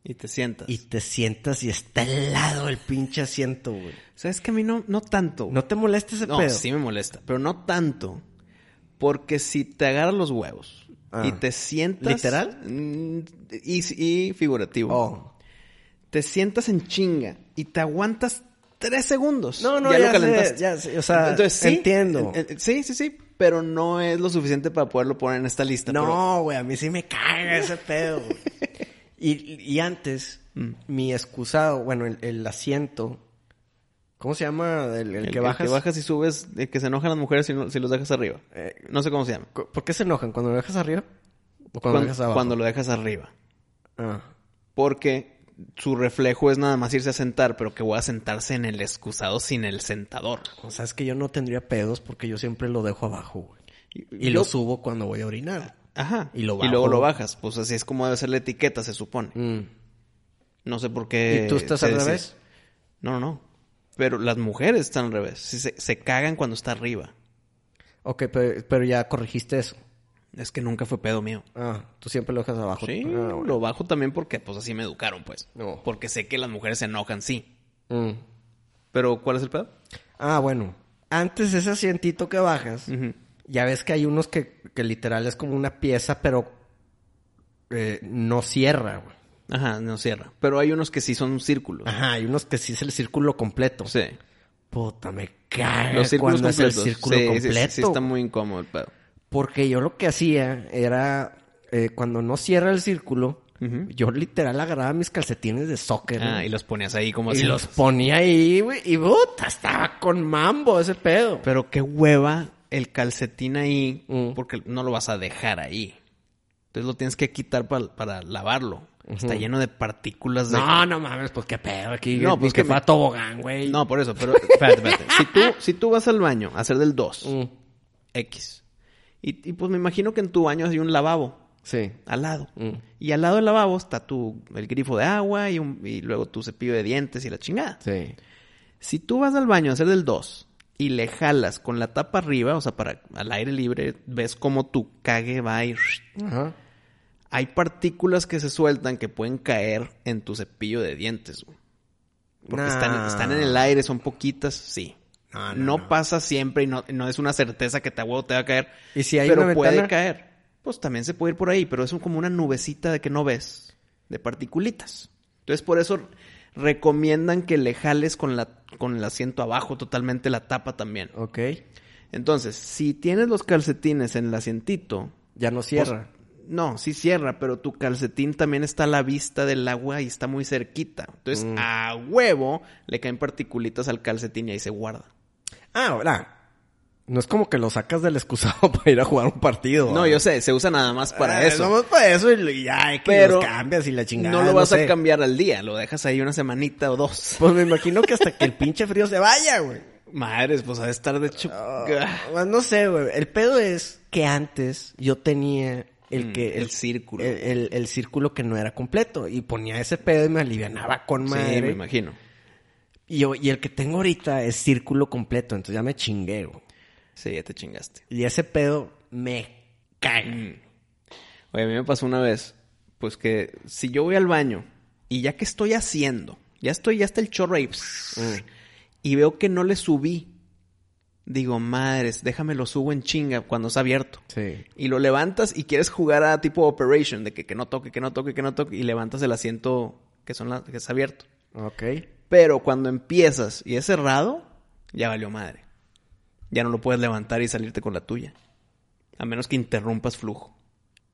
Y te sientas.
Y te sientas y está helado el pinche asiento, güey.
¿Sabes que a mí no, no tanto?
No te molestes ese
No,
este pedo.
sí me molesta, pero no tanto. Porque si te agarras los huevos
Ah.
y te sientas.
¿Literal?
Mm, Y, y figurativo.
Oh.
Te sientas en chinga y te aguantas tres segundos.
No, no, ya sé, ya sé, o sea, entiendo.
en- en- sí, sí, sí. Pero no es lo suficiente para poderlo poner en esta lista. pero-
No, güey, a mí sí me caga ese
<laughs>
pedo, güey. Y, y antes,
Mm.
mi excusado, bueno, el, el asiento. ¿Cómo se llama? El, el
el
que bajas.
y subes, el que se enojan las mujeres si, no- si los dejas arriba.
Eh,
No sé cómo se llama.
cu- ¿Por qué se enojan? ¿Cuando lo dejas arriba? ¿O cuando,
Cuando-
lo dejas abajo?
cuando lo dejas arriba.
Ah.
Porque su reflejo es nada más irse a sentar, pero que voy a sentarse en el excusado sin el sentador.
O sea, es que yo no tendría pedos porque yo siempre lo dejo abajo, güey. Y
Yo-
lo subo cuando voy a orinar.
Ajá.
y
Y,
lo
luego
bajo.
lo bajas. Pues así es como debe ser la etiqueta, se supone.
Mm.
No sé por qué.
¿Y tú estás
se
al
decide.
revés?
No, no. Pero las mujeres están al revés. Sí, Se, se cagan cuando está arriba.
Ok, pero, pero ya corregiste eso.
Es que nunca fue pedo mío.
Ah, tú siempre lo dejas abajo.
Sí,
Ah, bueno.
lo bajo también porque pues así me educaron, pues.
No.
Porque sé que las mujeres se enojan, sí.
Mm.
Pero ¿cuál es el pedo?
Ah, bueno. Antes ese asientito que bajas, ya ves que hay unos que, que literal es como una pieza, pero eh, no cierra, güey.
Ajá, no cierra. Pero hay unos que sí son círculos.
Ajá, hay unos que sí es el círculo completo.
Sí.
Puta, me caga
Los círculos
cuando es el
completos.
círculo
Sí, sí, sí,
completo.
Sí, está muy incómodo el pedo.
Porque yo lo que hacía era, eh, cuando no cierra el círculo,
Ujú.
yo literal agarraba mis calcetines de soccer.
Ah,
güey.
y los ponías ahí como
Y
así.
los ponía ahí, güey. Y puta, estaba con mambo ese pedo.
Pero qué hueva el calcetín ahí,
Mm.
porque no lo vas a dejar ahí. Entonces lo tienes que quitar pa- para lavarlo. Está lleno de partículas de...
No, no mames, pues qué pedo aquí.
No,
No,
pues
pues que
que
fue
me-
a tobogán, güey.
No, por eso, <laughs> pero espérate, espérate. Si tú, si tú vas al baño a hacer del 2,
Mm,
X, y, y pues me imagino que en tu baño hay un lavabo
sí.
al lado.
Mm.
Y al lado del lavabo está tu, el grifo de agua y, un- y luego tu cepillo de dientes y la chingada.
Sí.
Si tú vas al baño a hacer del 2 y le jalas con la tapa arriba, o sea, para al aire libre, ves cómo tu cague va a ir.
Ajá.
Hay partículas que se sueltan que pueden caer en tu cepillo de dientes, güey. Porque
Nah.
están, están en el aire, son poquitas, sí.
No,
No,
no, no.
pasa siempre y no, no es una certeza que te a huevo te va a caer.
¿Y si hay
pero
una
puede
ventana?
caer. Pues también se puede ir por ahí, pero es un- como una nubecita de que no ves, de particulitas. Entonces por eso recomiendan que le jales con la con el asiento abajo totalmente la tapa también.
Ok.
Entonces, si tienes los calcetines en el asientito,
Ya no
pues,
cierra.
no, sí cierra, pero tu calcetín también está a la vista del agua y está muy cerquita. Entonces,
Mm.
a huevo le caen particulitas al calcetín y ahí se guarda.
Ah, ahora. No es como que lo sacas del excusado <laughs> para ir a jugar un partido.
No,
¿verdad?
yo sé, se usa nada más para
Ah,
eso.
Somos para eso y y ya, y que
Pero
los cambias y la chingada.
no lo vas a cambiar al día, lo dejas ahí una semanita o dos.
Pues me imagino que hasta que el pinche frío se vaya, güey. <laughs>
Madres, pues ha de estar de hecho.
Ah, bueno, no sé, güey. El pedo es que antes yo tenía el
Mm,
que...
el círculo.
El, el- el círculo que no era completo. Y ponía ese pedo y me alivianaba con
Sí, me
madre.
imagino.
Y, yo- y el que tengo ahorita es círculo completo, entonces ya me chingué, güey.
Sí, ya te chingaste.
Y ese pedo me
Mm,
cae.
Oye, a mí me pasó una vez, pues que si yo voy al baño y ya que estoy haciendo, ya estoy, ya está el chorro ahí,
Mm.
y veo que no le subí, digo, madres, déjame lo subo en chinga cuando está abierto.
Sí.
Y lo levantas y quieres jugar a tipo Operation, de que, que no toque, que no toque, que no toque, y levantas el asiento que, son las que está abierto.
Ok.
Pero cuando empiezas y es cerrado, ya valió madre. Ya no lo puedes levantar y salirte con la tuya. A menos que interrumpas flujo.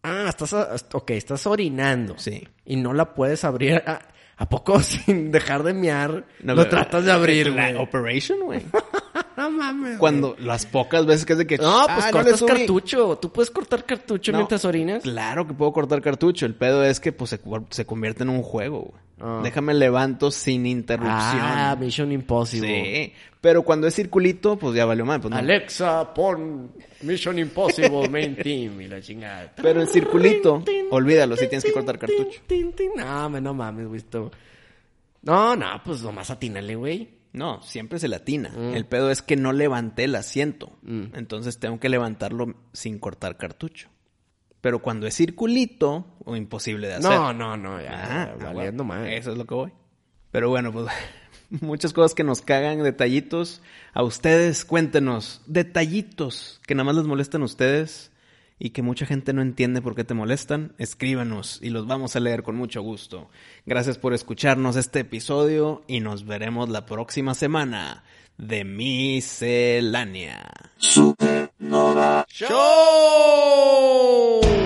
Ah, estás, a- est- ok, estás orinando.
Sí.
Y no la puedes abrir. ¿A, ¿a poco <laughs> sin dejar de mear?
No,
lo
pero-
tratas de abrir,
La
güey.
operation, güey.
<laughs> No mames.
Cuando las pocas veces que es de que...
No, pues
"Ah, le
cortas
subí".
cartucho. Tú puedes cortar cartucho
No.
mientras orinas.
Claro que puedo cortar cartucho. El pedo es que pues se, cu- se convierte en un juego, güey.
Ah.
Déjame levanto sin interrupción.
Ah, Mission Impossible.
sí. Pero cuando es circulito, pues ya valió madre. pues, no.
Alexa, pon Mission
<laughs>
Impossible Main Team y la chingada.
Pero el circulito,
Tin, tin,
olvídalo, si
tin,
tienes que
tin,
cortar
tin,
cartucho.
tin, tin. No, me no mames, güey. esto- No, no, pues nomás atínale, güey.
No, siempre se latina. El pedo es que no levanté el asiento. Entonces tengo que levantarlo sin cortar cartucho. Pero cuando es circulito, o imposible de hacer.
No, no, no, ya,
Ah,
valiendo
ah, bueno,
más.
Eso es lo que voy. Pero bueno, pues <laughs> muchas cosas que nos cagan, detallitos. A ustedes, cuéntenos, detallitos que nada más les molestan a ustedes y que mucha gente no entiende por qué te molestan. Escríbanos y los vamos a leer con mucho gusto. Gracias por escucharnos este episodio y nos veremos la próxima semana de Miscelánea.
Supernova.
¡Show!